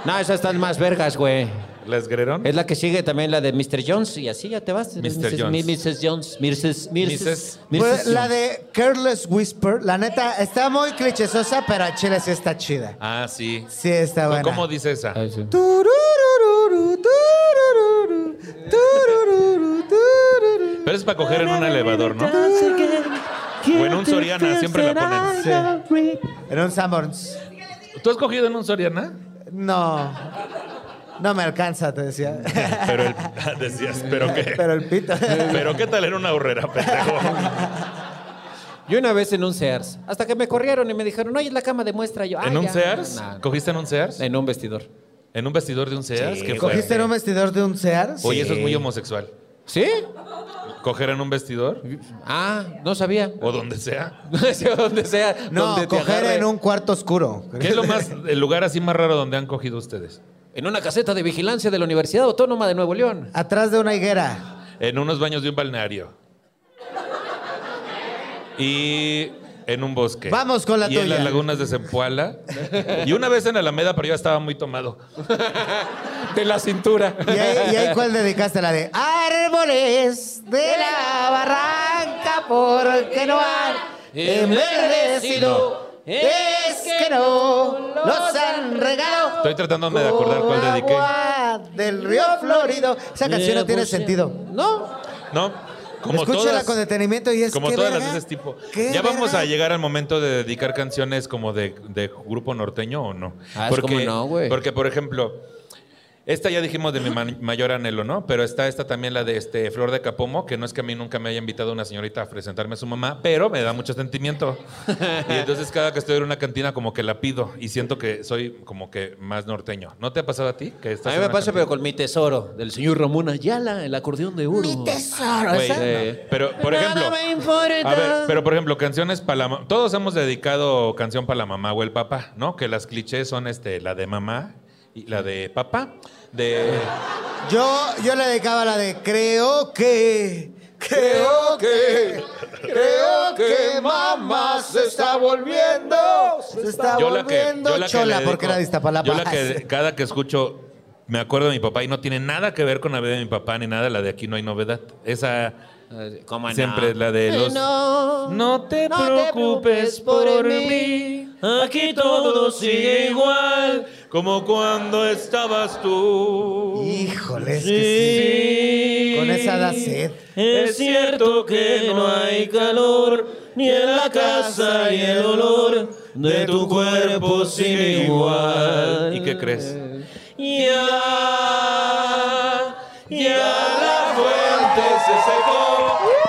[SPEAKER 4] No, esas están más vergas, güey.
[SPEAKER 5] ¿Lesguererón?
[SPEAKER 4] Es la que sigue también la de Mr. Jones y así ya te vas.
[SPEAKER 5] Mr.
[SPEAKER 4] Mrs.
[SPEAKER 5] Jones.
[SPEAKER 4] Mrs. Jones. Mrs. Mrs.
[SPEAKER 5] Mrs.
[SPEAKER 3] Pues,
[SPEAKER 4] Mrs.
[SPEAKER 3] la
[SPEAKER 4] Jones.
[SPEAKER 3] de Careless Whisper, la neta, está muy clichesosa, pero a Chile sí está chida.
[SPEAKER 5] Ah, sí.
[SPEAKER 3] Sí, está buena.
[SPEAKER 5] Pues, ¿Cómo dice esa?
[SPEAKER 4] Ay, sí.
[SPEAKER 3] Tururururu, turururu, turururu, turururu.
[SPEAKER 5] Pero es para coger en un elevador, ¿no? O en un Soriana, siempre la
[SPEAKER 3] Sí. En un Sanborns.
[SPEAKER 5] ponen. ¿Tú has cogido en un Soriana?
[SPEAKER 3] No. No me alcanza, te decía.
[SPEAKER 5] Pero el- decías, ¿pero qué?
[SPEAKER 3] Pero el pito.
[SPEAKER 5] ¿Pero qué tal era una horrera, pendejo?
[SPEAKER 4] Yo una vez en un Sears. Hasta que me corrieron y me dijeron, oye, es la cama de muestra. Yo, "Ah,
[SPEAKER 5] ¿En un
[SPEAKER 4] ya".
[SPEAKER 5] Sears?
[SPEAKER 4] No, no.
[SPEAKER 5] ¿Cogiste en un Sears?
[SPEAKER 4] En un vestidor.
[SPEAKER 5] ¿En un vestidor de un Sears? ¿Qué fue?
[SPEAKER 3] ¿Cogiste en un vestidor de un Sears?
[SPEAKER 5] Oye, eso es muy homosexual.
[SPEAKER 4] ¿Sí?
[SPEAKER 5] ¿Coger en un vestidor?
[SPEAKER 4] Ah, no sabía.
[SPEAKER 5] O donde sea.
[SPEAKER 4] donde sea.
[SPEAKER 3] No,
[SPEAKER 4] donde te
[SPEAKER 3] coger
[SPEAKER 4] agarre.
[SPEAKER 3] en un cuarto oscuro.
[SPEAKER 5] ¿Qué es lo más, el lugar así más raro donde han cogido ustedes?
[SPEAKER 4] En una caseta de vigilancia de la Universidad Autónoma de Nuevo León.
[SPEAKER 3] Atrás de una higuera.
[SPEAKER 5] En unos baños de un balneario. Y en un bosque.
[SPEAKER 3] Vamos con la
[SPEAKER 5] y en
[SPEAKER 3] tuya.
[SPEAKER 5] las lagunas de Zempoala. y una vez en Alameda, pero yo estaba muy tomado.
[SPEAKER 4] De la cintura.
[SPEAKER 3] ¿Y ahí, y ahí cuál dedicaste? La de Árboles de la barranca porque no han enverdecido. Es que no los han regado.
[SPEAKER 5] Estoy tratándome de acordar cuál
[SPEAKER 3] Con
[SPEAKER 5] dediqué.
[SPEAKER 3] agua del río Florido. Esa canción no tiene sentido.
[SPEAKER 4] pues, No.
[SPEAKER 5] ¿No? Como
[SPEAKER 3] Escúchala
[SPEAKER 5] todas,
[SPEAKER 3] con detenimiento y es
[SPEAKER 5] como
[SPEAKER 3] ¿qué
[SPEAKER 5] todas
[SPEAKER 3] verga?
[SPEAKER 5] las de ese tipo.
[SPEAKER 3] ¿Qué
[SPEAKER 5] Ya vamos
[SPEAKER 3] verga?
[SPEAKER 5] a llegar al momento de dedicar canciones como de, de grupo norteño o no.
[SPEAKER 4] Ah, es como no, güey.
[SPEAKER 5] Porque, por ejemplo, esta ya dijimos de mi ma- mayor anhelo, ¿no? Pero está esta también, la de este Flor de Capomo, que no es que a mí nunca me haya invitado una señorita a presentarme a su mamá, pero me da mucho sentimiento. y entonces cada que estoy en una cantina como que la pido y siento que soy como que más norteño. ¿No te ha pasado a ti? Que
[SPEAKER 4] A
[SPEAKER 5] estás
[SPEAKER 4] mí
[SPEAKER 5] en
[SPEAKER 4] me
[SPEAKER 5] una
[SPEAKER 4] pasa,
[SPEAKER 5] cantina?
[SPEAKER 4] pero con mi tesoro, del señor Ramón Ayala, el acordeón de oro.
[SPEAKER 3] Mi tesoro.
[SPEAKER 5] Güey,
[SPEAKER 3] ¿esa?
[SPEAKER 5] no. Pero, por
[SPEAKER 4] Nada
[SPEAKER 5] ejemplo.
[SPEAKER 4] me importa.
[SPEAKER 5] A ver, pero por ejemplo, canciones para la mamá. Todos hemos dedicado canción para la mamá o el papá, ¿no? Que las clichés son este, la de mamá y la de papá. De.
[SPEAKER 3] Yo, yo le dedicaba la de creo que, creo que, creo que mamá se está volviendo, se está
[SPEAKER 5] Yo la que.
[SPEAKER 3] volviendo
[SPEAKER 5] Yo la que
[SPEAKER 3] chola
[SPEAKER 5] le
[SPEAKER 3] porque era de
[SPEAKER 5] dedico-
[SPEAKER 3] Iztapalapa.
[SPEAKER 5] Yo la que cada que escucho me acuerdo de mi papá y no tiene nada que ver con la vida de mi papá ni nada, la de aquí no hay novedad. Esa
[SPEAKER 4] Eh, ¿Cómo no?
[SPEAKER 5] siempre es la de los.
[SPEAKER 4] No,
[SPEAKER 5] No te
[SPEAKER 4] no
[SPEAKER 5] preocupes por mí, aquí todo sigue igual como cuando estabas tú.
[SPEAKER 3] Híjole, es que sí. Con esa da sed.
[SPEAKER 5] Es cierto que no hay calor, ni en la casa y el olor de tu cuerpo sigue igual. ¿Y qué crees? Ya, ya la fuente se secó,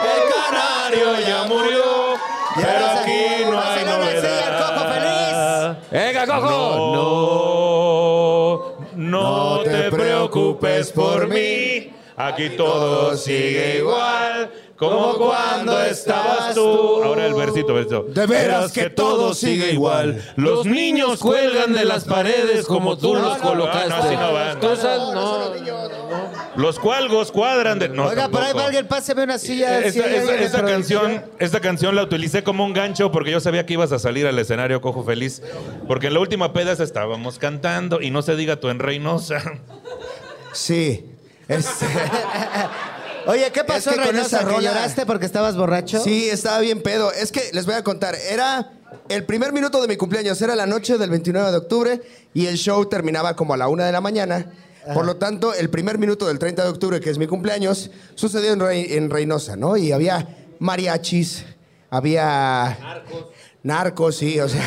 [SPEAKER 5] el canario ya murió, pero
[SPEAKER 3] vas a-
[SPEAKER 5] aquí no
[SPEAKER 3] vas a
[SPEAKER 5] hay
[SPEAKER 3] ganar, sí, el Coco
[SPEAKER 5] novedad.
[SPEAKER 4] ¡Venga, cojo!
[SPEAKER 5] No, no,
[SPEAKER 3] No te
[SPEAKER 5] te preocupes por mí. Aquí todo sigue igual como cuando estabas tú. Ahora el versito, versito.
[SPEAKER 3] De veras
[SPEAKER 5] Verás
[SPEAKER 3] que todo sigue igual.
[SPEAKER 5] Los niños cuelgan de las paredes como tú
[SPEAKER 4] No,
[SPEAKER 5] los
[SPEAKER 4] no,
[SPEAKER 5] colocaste.
[SPEAKER 4] no, no, así no
[SPEAKER 5] Las
[SPEAKER 4] van.
[SPEAKER 5] cosas-
[SPEAKER 4] No, no,
[SPEAKER 5] Los cualgos cuadran de. No,
[SPEAKER 3] Oiga, por ahí
[SPEAKER 5] tampoco.
[SPEAKER 3] va alguien, páseme una silla.
[SPEAKER 5] Eh,
[SPEAKER 3] si
[SPEAKER 5] Esta,
[SPEAKER 3] hay
[SPEAKER 5] esta-
[SPEAKER 3] alguien
[SPEAKER 5] esta
[SPEAKER 3] dentro de-
[SPEAKER 5] canción, esta canción la utilicé como un gancho porque yo sabía que ibas a salir al escenario cojo feliz. Porque en la última peda se estábamos cantando y no se diga tú en Reynosa.
[SPEAKER 3] Sí. Este- Oye, ¿qué pasó,
[SPEAKER 7] que con
[SPEAKER 3] Reynosa?
[SPEAKER 7] esa
[SPEAKER 3] ¿Que
[SPEAKER 7] rola-
[SPEAKER 3] lloraste porque estabas borracho?
[SPEAKER 7] Sí, estaba bien pedo. Es que les voy a contar, era el primer minuto de mi cumpleaños, era la noche del 29 de octubre y el show terminaba como a la una de la mañana. Por lo tanto, el primer minuto del 30 de octubre, que es mi cumpleaños, sucedió en, Rey- en Reynosa, ¿no? Y había mariachis, había narcos, sí, o sea,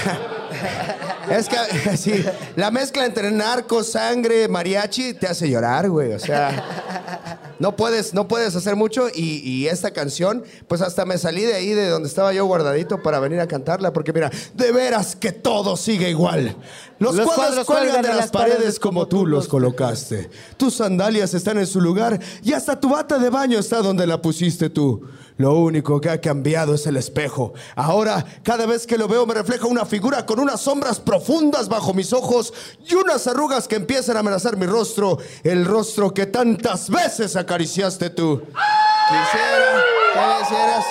[SPEAKER 7] Es que, sí, la mezcla entre narco, sangre, mariachi te hace llorar, güey. O sea, no puedes, no puedes hacer mucho. Y, y esta canción, pues hasta me salí de ahí, de donde estaba yo guardadito, para venir a cantarla. Porque mira, de veras que todo sigue igual. Los,
[SPEAKER 3] Los
[SPEAKER 7] cuadros,
[SPEAKER 3] cuadros
[SPEAKER 7] cuelgan de las, paredes, como tú los colocaste. Tus sandalias están en su lugar y hasta tu bata de baño está donde la pusiste tú. Lo único que ha cambiado es el espejo. Ahora, cada vez que lo veo, me refleja una figura con unas sombras profundas bajo mis ojos y unas arrugas que empiezan a amenazar mi rostro, el rostro que tantas veces acariciaste tú. Quisiera, ¿qué hicieras?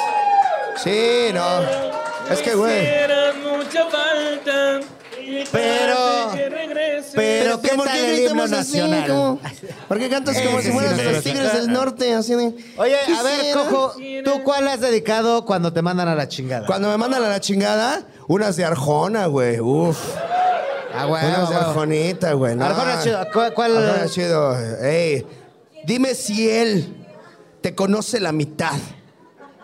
[SPEAKER 7] Sí, no. Es que, güey.
[SPEAKER 8] mucha falta.
[SPEAKER 3] Pero- que Pero qué
[SPEAKER 7] ¿Por
[SPEAKER 3] tal
[SPEAKER 7] qué
[SPEAKER 3] el himno
[SPEAKER 7] gritamos así?
[SPEAKER 3] nacional.
[SPEAKER 7] como- ¿Por qué cantas como
[SPEAKER 3] Eh,
[SPEAKER 7] si fueras
[SPEAKER 3] sí,
[SPEAKER 7] de los
[SPEAKER 3] sí.
[SPEAKER 7] tigres del norte? Así de,
[SPEAKER 3] Oye, a ver,
[SPEAKER 7] Quisiera.
[SPEAKER 3] Coco, ¿tú cuál has dedicado cuando te mandan a la chingada?
[SPEAKER 7] Cuando me mandan a la chingada, unas de Arjona, güey. Uf.
[SPEAKER 3] Ah, bueno,
[SPEAKER 7] unas de
[SPEAKER 3] bueno.
[SPEAKER 7] Arjonita, güey. no.
[SPEAKER 3] Arjona es chido. ¿Cuál- cuál-
[SPEAKER 7] Arjona es chido. Ey, dime si él te conoce la mitad.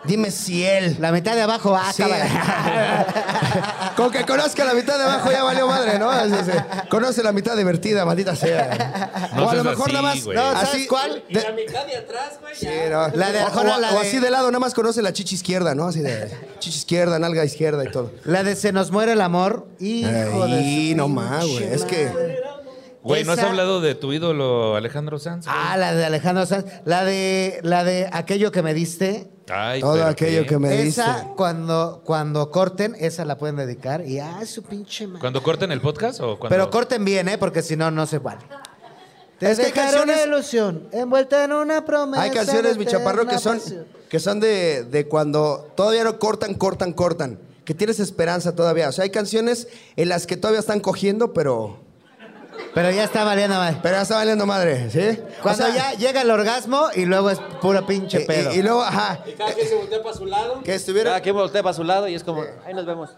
[SPEAKER 7] Dime si él.
[SPEAKER 3] La mitad de abajo ah, va a
[SPEAKER 7] Sí.
[SPEAKER 3] acabar.
[SPEAKER 7] Con que conozca la mitad de abajo ya valió madre, ¿no? Sí, sí. Conoce la mitad divertida, maldita sea.
[SPEAKER 5] No
[SPEAKER 7] o a lo
[SPEAKER 5] seas
[SPEAKER 7] mejor
[SPEAKER 5] así,
[SPEAKER 7] nada más.
[SPEAKER 5] güey.
[SPEAKER 7] no,
[SPEAKER 3] ¿Sabes
[SPEAKER 7] así-
[SPEAKER 3] cuál?
[SPEAKER 7] de-
[SPEAKER 8] mitad de atrás, güey.
[SPEAKER 7] Sí, no.
[SPEAKER 3] La de
[SPEAKER 7] O-
[SPEAKER 3] Arjona,
[SPEAKER 7] o,
[SPEAKER 3] la
[SPEAKER 7] o
[SPEAKER 3] de-
[SPEAKER 7] así de lado, nada más conoce la chicha izquierda, ¿no? Así de chicha izquierda, nalga izquierda y todo.
[SPEAKER 3] La de Se nos muere el amor. Hijo de
[SPEAKER 7] Y
[SPEAKER 3] su
[SPEAKER 7] no
[SPEAKER 3] pinche
[SPEAKER 7] más, güey. Es que.
[SPEAKER 5] Güey, ¿no has
[SPEAKER 3] Esa-
[SPEAKER 5] hablado de tu ídolo Alejandro Sanz? güey?
[SPEAKER 3] Ah, la de Alejandro Sanz. La de, la de aquello que me diste.
[SPEAKER 5] Ay,
[SPEAKER 7] Todo
[SPEAKER 5] pero
[SPEAKER 7] aquello
[SPEAKER 5] qué.
[SPEAKER 7] que me
[SPEAKER 3] esa,
[SPEAKER 7] diste.
[SPEAKER 3] cuando, cuando corten, esa la pueden dedicar. Y ah, su pinche madre.
[SPEAKER 5] ¿Cuando corten el podcast o cuando...?
[SPEAKER 3] Pero corten bien, ¿eh? Porque si no, no se vale. Te
[SPEAKER 7] Es que hay
[SPEAKER 3] dejaré una
[SPEAKER 7] canciones-
[SPEAKER 3] ilusión envuelta en una promesa.
[SPEAKER 7] Hay canciones,
[SPEAKER 3] de
[SPEAKER 7] mi chaparro, que
[SPEAKER 3] eterna
[SPEAKER 7] son,
[SPEAKER 3] pasión.
[SPEAKER 7] que son de, de cuando todavía no cortan, cortan, cortan. Que tienes esperanza todavía. O sea, hay canciones en las que todavía están cogiendo, pero.
[SPEAKER 3] Pero ya está valiendo mal.
[SPEAKER 7] Pero ya está valiendo madre, ¿sí? ¿eh? O
[SPEAKER 3] Cuando
[SPEAKER 7] sea,
[SPEAKER 3] ya llega el orgasmo y luego es puro pinche
[SPEAKER 7] y-
[SPEAKER 3] pedo.
[SPEAKER 7] Y, y luego, ajá.
[SPEAKER 8] Cada quien se voltea para su lado.
[SPEAKER 7] Que estuvieron.
[SPEAKER 4] Cada quien voltea para su lado y es como, ahí nos vemos.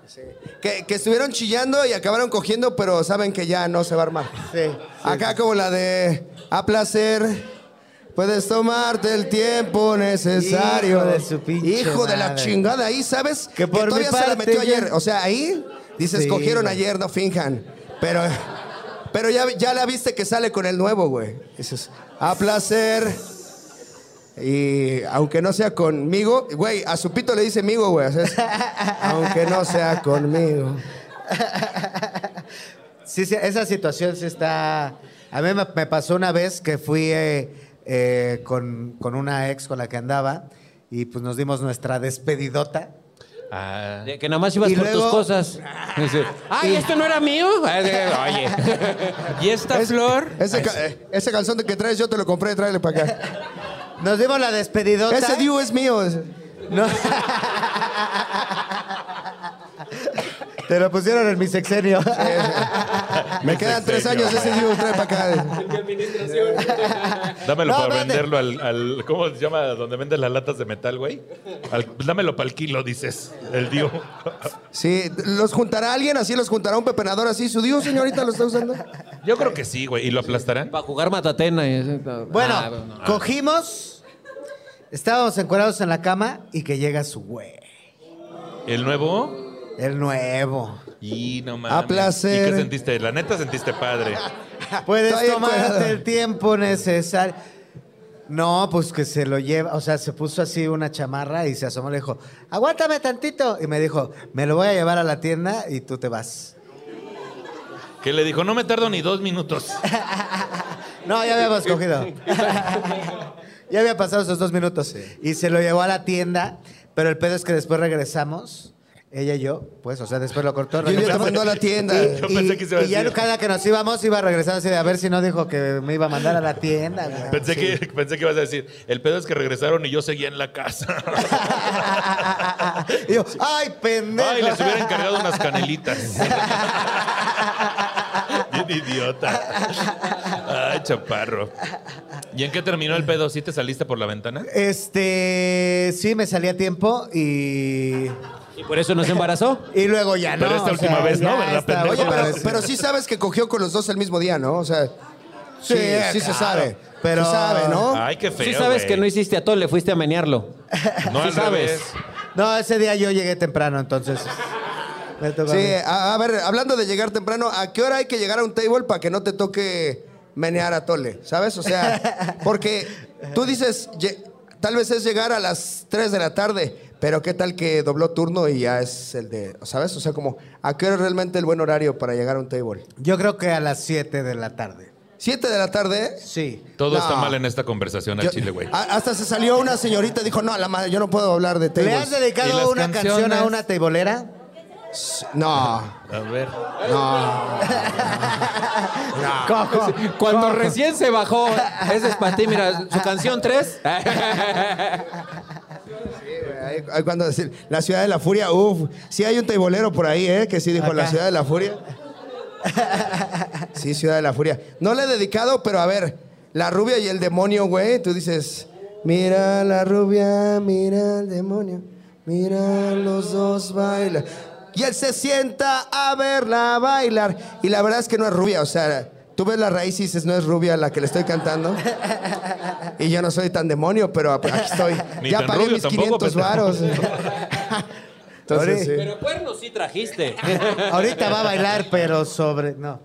[SPEAKER 7] Que, que estuvieron chillando y acabaron cogiendo, pero saben que ya no se va a armar.
[SPEAKER 3] Sí.
[SPEAKER 7] Acá como la de a placer. Puedes tomarte el tiempo necesario.
[SPEAKER 3] Hijo de su pinche
[SPEAKER 7] Hijo de la
[SPEAKER 3] madre.
[SPEAKER 7] chingada. Ahí sabes
[SPEAKER 3] Que por mi
[SPEAKER 7] todavía se la
[SPEAKER 3] parte
[SPEAKER 7] metió
[SPEAKER 3] ya-
[SPEAKER 7] ayer. O sea, ahí dices,
[SPEAKER 3] Sí,
[SPEAKER 7] cogieron
[SPEAKER 3] güey.
[SPEAKER 7] ayer, no finjan. Pero, pero ya, ya la viste que sale con el nuevo, güey. Dices, a placer. Y aunque no sea conmigo, güey, a su pito le dice migo, güey. o sea, es, aunque no sea conmigo.
[SPEAKER 3] Sí, sí, esa situación sí está. A mí me, me pasó una vez que fui eh, eh, con, con una ex con la que andaba y pues nos dimos nuestra despedidota.
[SPEAKER 5] Ah,
[SPEAKER 4] De Que nada más ibas
[SPEAKER 3] Y
[SPEAKER 4] por
[SPEAKER 3] luego-
[SPEAKER 4] tus cosas. Dice, Ay, ¿esto no era mío? Ay, de- Oye.
[SPEAKER 5] ¿Y esta flor?
[SPEAKER 7] Ese, ca- eh, ese calzón que traes yo te lo compré, tráele para acá.
[SPEAKER 3] Nos dimos la despedidota.
[SPEAKER 7] Ese Diu es mío.
[SPEAKER 3] No. Te lo pusieron en mi sexenio.
[SPEAKER 7] Me quedan tres años, ese Diu, trae para acá.
[SPEAKER 5] Dámelo
[SPEAKER 3] No,
[SPEAKER 5] para
[SPEAKER 3] espérate.
[SPEAKER 5] venderlo al, al- ¿Cómo se llama? Donde venden las latas de metal, güey. Al- dámelo para el kilo, dices. El dio.
[SPEAKER 7] Sí, los juntará alguien, así los juntará un pepenador, así. Su Diu, señorita, lo está usando.
[SPEAKER 5] Yo creo que sí, güey. ¿Y lo aplastarán?
[SPEAKER 4] Para jugar matatena. y ese-
[SPEAKER 3] Bueno,
[SPEAKER 4] Ah, no.
[SPEAKER 3] cogimos, estábamos encuadrados en la cama y que llega su güey,
[SPEAKER 5] ¿El nuevo?
[SPEAKER 3] el nuevo.
[SPEAKER 5] Y no mames.
[SPEAKER 7] A placer.
[SPEAKER 5] ¿Y qué sentiste? La neta sentiste padre.
[SPEAKER 3] Puedes
[SPEAKER 7] Estoy encuadrado.
[SPEAKER 3] tomarte el tiempo necesario. No, pues que se lo lleva, o sea, se puso así una chamarra y se asomó y le dijo, aguántame tantito. Y me dijo, me lo voy a llevar a la tienda y tú te vas.
[SPEAKER 5] Que le dijo, no me tardo ni dos minutos.
[SPEAKER 3] No, ya habíamos cogido. ya había pasado esos dos minutos. Y se lo llevó a la tienda, pero el pedo es que después regresamos, ella y yo, pues, o sea, después lo cortó.
[SPEAKER 7] Yo ya te
[SPEAKER 3] regresamos.
[SPEAKER 7] mandó a la tienda.
[SPEAKER 5] Yo pensé que se iba a
[SPEAKER 3] y ya
[SPEAKER 5] decir.
[SPEAKER 3] cada que nos íbamos iba regresando así de a ver si no dijo que me iba a mandar a la tienda. güey.
[SPEAKER 5] Pensé, que, pensé que ibas a decir, el pedo es que regresaron y yo seguía en la casa.
[SPEAKER 3] y yo, ay, pendejo.
[SPEAKER 5] Ay, les hubiera encargado unas canelitas. Bien idiota. Ay, chaparro. ¿Y en qué terminó el pedo? ¿Sí te saliste por la ventana?
[SPEAKER 3] Este, sí, me salí a tiempo y,
[SPEAKER 4] ¿Y por eso nos embarazó?
[SPEAKER 3] y luego ya no.
[SPEAKER 5] Pero esta
[SPEAKER 3] o
[SPEAKER 5] última
[SPEAKER 3] sea,
[SPEAKER 5] vez no,
[SPEAKER 3] ya
[SPEAKER 5] ¿verdad,
[SPEAKER 3] esta
[SPEAKER 5] pendejo?
[SPEAKER 7] Oye,
[SPEAKER 3] última
[SPEAKER 7] pero,
[SPEAKER 3] vez sí.
[SPEAKER 7] pero sí sabes que cogió con los dos el mismo día, ¿no? O sea, sí, sí, se
[SPEAKER 3] claro,
[SPEAKER 7] sabe.
[SPEAKER 3] pero-
[SPEAKER 7] Se sabe, ¿no?
[SPEAKER 5] Ay, qué feo.
[SPEAKER 4] Sí sabes
[SPEAKER 5] güey.
[SPEAKER 4] que no hiciste a todo, le fuiste a menearlo.
[SPEAKER 5] No,
[SPEAKER 4] sí
[SPEAKER 5] al
[SPEAKER 4] sabes.
[SPEAKER 5] revés.
[SPEAKER 3] No, ese día yo llegué temprano, entonces. Me tocó a mí.
[SPEAKER 7] Sí, a, a ver, hablando de llegar temprano, ¿a qué hora hay que llegar a un table para que no te toque menear a tole? ¿Sabes? O sea, porque tú dices, "Lle- tal vez es llegar a las 3 de la tarde, pero ¿qué tal que dobló turno y ya es el de, ¿sabes? O sea, como, ¿a qué hora es realmente el buen horario para llegar a un table?
[SPEAKER 3] Yo creo que a las 7 de la tarde.
[SPEAKER 7] 7 de la tarde.
[SPEAKER 3] Sí.
[SPEAKER 5] Todo
[SPEAKER 7] No.
[SPEAKER 5] está mal en esta conversación al
[SPEAKER 7] Yo- Ah.
[SPEAKER 5] chile, güey.
[SPEAKER 7] a- hasta se salió una señorita y dijo, no, la madre, yo no puedo hablar de
[SPEAKER 3] ¿Le has
[SPEAKER 7] tables.
[SPEAKER 5] ¿Y las
[SPEAKER 3] dedicado una canción
[SPEAKER 5] canciones?
[SPEAKER 3] a una teibolera?
[SPEAKER 7] No,
[SPEAKER 5] A ver.
[SPEAKER 7] no.
[SPEAKER 3] Cojo.
[SPEAKER 4] Cuando recién se bajó, ese es para ti, mira, su canción 3.
[SPEAKER 7] Ahí- ahí cuando decir, la ciudad de la furia, uff, sí hay un teibolero por ahí, ¿eh? Que sí dijo, la
[SPEAKER 3] Acá.
[SPEAKER 7] ciudad de la furia. Sí, ciudad de la furia. No le he dedicado, pero a ver, la rubia y el demonio, güey, tú dices, mira la rubia, mira el demonio, mira los dos bailan. Y él se sienta a verla bailar. Y la verdad es que no es rubia, o sea, tú ves la raíz y dices, no es rubia la que le estoy cantando. Y yo no soy tan demonio, pero aquí estoy.
[SPEAKER 5] Ni
[SPEAKER 7] ya
[SPEAKER 5] tan
[SPEAKER 7] pagué
[SPEAKER 5] rubio
[SPEAKER 7] mis
[SPEAKER 5] tampoco,
[SPEAKER 7] 500
[SPEAKER 5] pendejo.
[SPEAKER 7] varos. Entonces, sí.
[SPEAKER 8] Pero cuernos sí trajiste.
[SPEAKER 3] Ahorita va a bailar, pero sobre. No.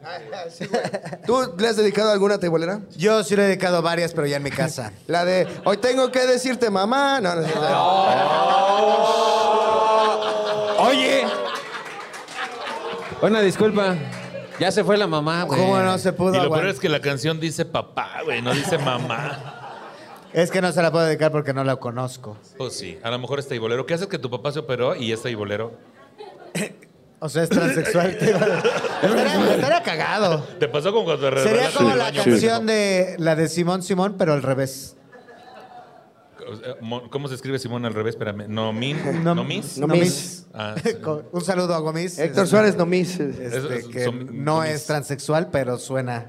[SPEAKER 7] ¿Tú le has dedicado alguna tebolera?
[SPEAKER 3] Yo sí le he dedicado varias, pero ya en mi casa.
[SPEAKER 7] La de hoy tengo que decirte mamá. No, no, no, no.
[SPEAKER 4] Oye. Una disculpa. Ya se fue la mamá, güey.
[SPEAKER 3] ¿Cómo no se
[SPEAKER 5] Y
[SPEAKER 7] Pues,
[SPEAKER 3] pudo?
[SPEAKER 5] lo peor
[SPEAKER 3] aguantar?
[SPEAKER 5] es que la canción dice papá, güey, no dice mamá.
[SPEAKER 3] Es que no se la puedo dedicar porque no la conozco.
[SPEAKER 5] Pues sí, a lo mejor es teibolero. ¿Qué haces que tu papá se operó y es teibolero?
[SPEAKER 3] O sea, es transexual. tío. Estaría estaría cagado.
[SPEAKER 5] Te pasó como cuando te
[SPEAKER 3] Sería
[SPEAKER 5] resbalaste
[SPEAKER 3] como
[SPEAKER 5] del
[SPEAKER 3] la
[SPEAKER 5] baño,
[SPEAKER 3] canción de la de Simón Simón, pero al revés.
[SPEAKER 5] pendejo. Eh, Mo- ¿Cómo se escribe Simón al revés? Espérame. ¿Nomin?
[SPEAKER 3] No-
[SPEAKER 5] ¿Nomis?
[SPEAKER 7] No mis.
[SPEAKER 5] Ah, sí.
[SPEAKER 3] mis. Con- Un saludo a Gomis.
[SPEAKER 7] Héctor Suárez no mis.
[SPEAKER 3] Este,
[SPEAKER 5] Es- es-
[SPEAKER 3] que
[SPEAKER 5] son-
[SPEAKER 3] no
[SPEAKER 5] Gomis.
[SPEAKER 3] es transexual, pero suena.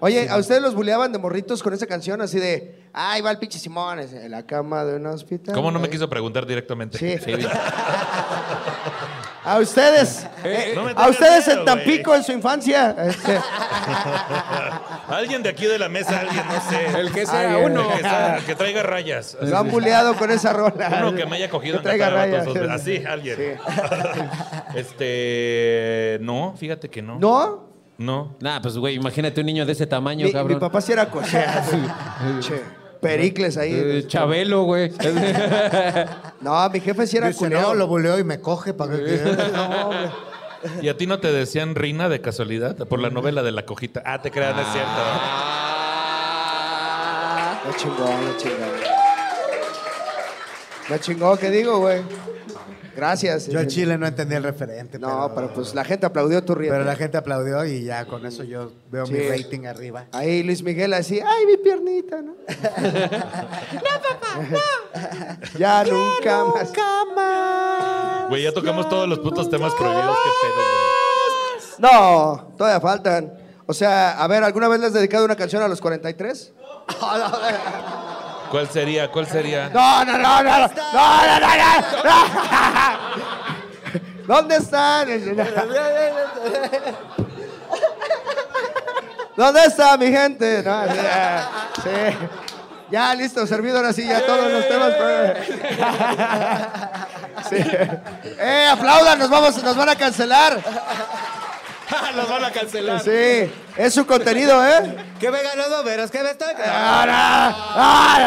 [SPEAKER 7] Oye, ¿a ustedes los buleaban de morritos con esa canción así de ay va el pinche Simón es en la cama de un hospital?
[SPEAKER 5] ¿Cómo no me quiso preguntar directamente?
[SPEAKER 7] Sí.
[SPEAKER 5] Sí.
[SPEAKER 7] A ustedes. eh,
[SPEAKER 5] No me
[SPEAKER 7] a
[SPEAKER 5] tengas
[SPEAKER 7] ustedes
[SPEAKER 5] miedo,
[SPEAKER 7] en
[SPEAKER 5] güey.
[SPEAKER 7] Tampico en su infancia. Este,
[SPEAKER 5] Alguien de aquí de la mesa, alguien, no sé.
[SPEAKER 4] El que sea
[SPEAKER 7] Ay,
[SPEAKER 4] uno.
[SPEAKER 5] El que, sa- que traiga rayas.
[SPEAKER 7] lo han buleado con esa rola.
[SPEAKER 5] Uno que me haya cogido
[SPEAKER 7] Que traiga
[SPEAKER 5] en la cara,
[SPEAKER 7] rayas.
[SPEAKER 5] vatos, Así, alguien. este. No, fíjate que no.
[SPEAKER 7] ¿No?
[SPEAKER 5] No.
[SPEAKER 4] Nah, pues güey, imagínate un niño de ese tamaño,
[SPEAKER 7] Mi, mi
[SPEAKER 4] cabrón.
[SPEAKER 7] papá sí era cochea. Che, Pericles
[SPEAKER 4] Eh,
[SPEAKER 7] ahí.
[SPEAKER 4] Chabelo, güey.
[SPEAKER 7] No, mi jefe sí era
[SPEAKER 3] Dice, no,
[SPEAKER 7] culero.
[SPEAKER 3] lo buleó y me coge para que.
[SPEAKER 7] No, güey.
[SPEAKER 5] ¿Y a ti no te decían Rina de casualidad? Por la novela de la cojita. Ah, te creas, no es cierto.
[SPEAKER 7] No chingón, no chingón. No chingón, ¿qué digo, güey? Gracias.
[SPEAKER 3] Yo al chile no entendí el referente.
[SPEAKER 7] No, pero pues la gente aplaudió tu rienda.
[SPEAKER 3] Pero la gente aplaudió y ya con eso yo veo mi
[SPEAKER 7] Sí.
[SPEAKER 3] rating arriba.
[SPEAKER 7] Ahí Luis Miguel así, ay, mi piernita, ¿no? no, papá, no. ya nunca más.
[SPEAKER 5] Güey, ya tocamos todos los putos temas prohibidos. Qué pedo, güey.
[SPEAKER 7] No, todavía faltan. O sea, a ver, ¿alguna vez le has dedicado una canción a los 43?
[SPEAKER 5] ¿Cuál sería? ¿Cuál sería?
[SPEAKER 7] No, no, no, no, no, no, no, no, no. ¿Dónde están? ¿Dónde está mi gente? No, sí, ya, sí. Ya, listo, servidor así, ya todos los temas. pues. Sí. Eh, aplaudan, nos vamos, nos van a cancelar.
[SPEAKER 4] Los van a cancelar.
[SPEAKER 7] Sí, es su contenido, ¿eh?
[SPEAKER 3] ¿Qué me ganó dos veros? ¿Qué me está?
[SPEAKER 7] No,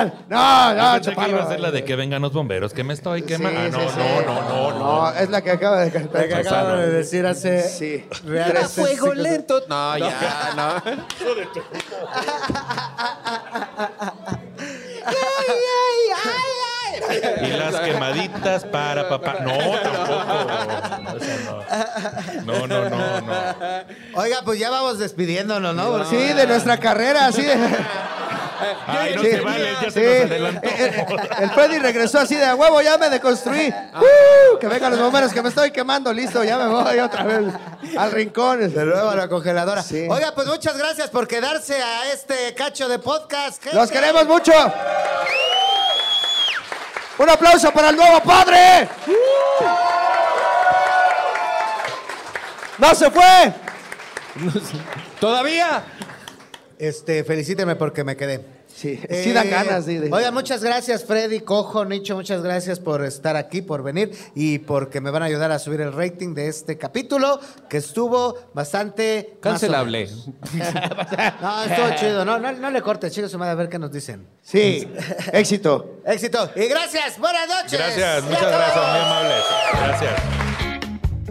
[SPEAKER 7] no, no, no,
[SPEAKER 5] Yo pensé que
[SPEAKER 7] no,
[SPEAKER 5] iba a
[SPEAKER 7] chaparro.
[SPEAKER 5] ser la de que vengan los bomberos, que me estoy
[SPEAKER 7] Sí,
[SPEAKER 5] quemando. Ah,
[SPEAKER 7] sí,
[SPEAKER 5] no,
[SPEAKER 7] sí.
[SPEAKER 5] no, no, no, no.
[SPEAKER 7] No, es la que acaba de cantar.
[SPEAKER 3] que acabo de decir hace.
[SPEAKER 7] Sí.
[SPEAKER 3] real este hace cinco-
[SPEAKER 4] lento. No, ya, no.
[SPEAKER 5] Y las quemaditas para papá. No, tampoco. Eso no. No, no, no, no.
[SPEAKER 3] Oiga, pues ya vamos despidiéndonos, ¿no? Porque-
[SPEAKER 7] Sí, de nuestra carrera, sí.
[SPEAKER 5] Ay, no
[SPEAKER 7] Sí.
[SPEAKER 5] se vale, ya
[SPEAKER 7] Sí.
[SPEAKER 5] se nos adelantó.
[SPEAKER 7] Eh, eh, El Freddy regresó así de a huevo, ya me deconstruí.
[SPEAKER 3] Ah.
[SPEAKER 7] ¡Uh! que vengan los bomberos, que me estoy quemando, listo, ya me voy otra vez al rincón.
[SPEAKER 3] De nuevo a la congeladora.
[SPEAKER 7] Sí.
[SPEAKER 3] Oiga, pues muchas gracias por quedarse a este cacho de podcast. gente.
[SPEAKER 7] ¡Los queremos mucho! ¡Un aplauso para el nuevo padre! ¡No se fue!
[SPEAKER 4] ¿Todavía?
[SPEAKER 3] Este, felicíteme porque me quedé. Eh,
[SPEAKER 2] Sí, sí dan ganas, sí, de-
[SPEAKER 3] Oiga, muchas gracias, Freddy, Cojo, Nicho, muchas gracias por estar aquí, por venir y porque me van a ayudar a subir el rating de este capítulo que estuvo bastante. más o
[SPEAKER 4] Cancelable.
[SPEAKER 3] menos. No, estuvo chido. No, no, no le cortes, chicos, su madre, a ver qué nos dicen.
[SPEAKER 2] Sí, éxito.
[SPEAKER 3] Éxito. Y gracias, buenas noches.
[SPEAKER 5] Gracias,
[SPEAKER 3] Ya
[SPEAKER 5] muchas
[SPEAKER 3] acabamos.
[SPEAKER 5] gracias, muy amables. Gracias.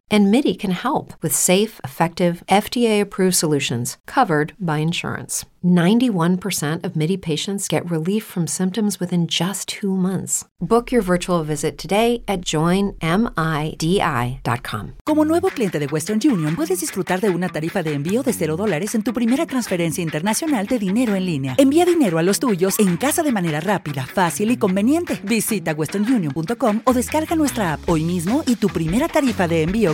[SPEAKER 1] and MIDI can help with safe, effective, FDA approved solutions covered by insurance. 91% of MIDI patients get relief from symptoms within just two months. Book your virtual visit today at joinmidi.com.
[SPEAKER 7] Como nuevo cliente de Western Union, puedes disfrutar de una tarifa de envío de 0 dólares en tu primera transferencia internacional de dinero en línea. Envía dinero a los tuyos en casa de manera rápida, fácil y conveniente. Visita westernunion.com o descarga nuestra app hoy mismo y tu primera tarifa de envío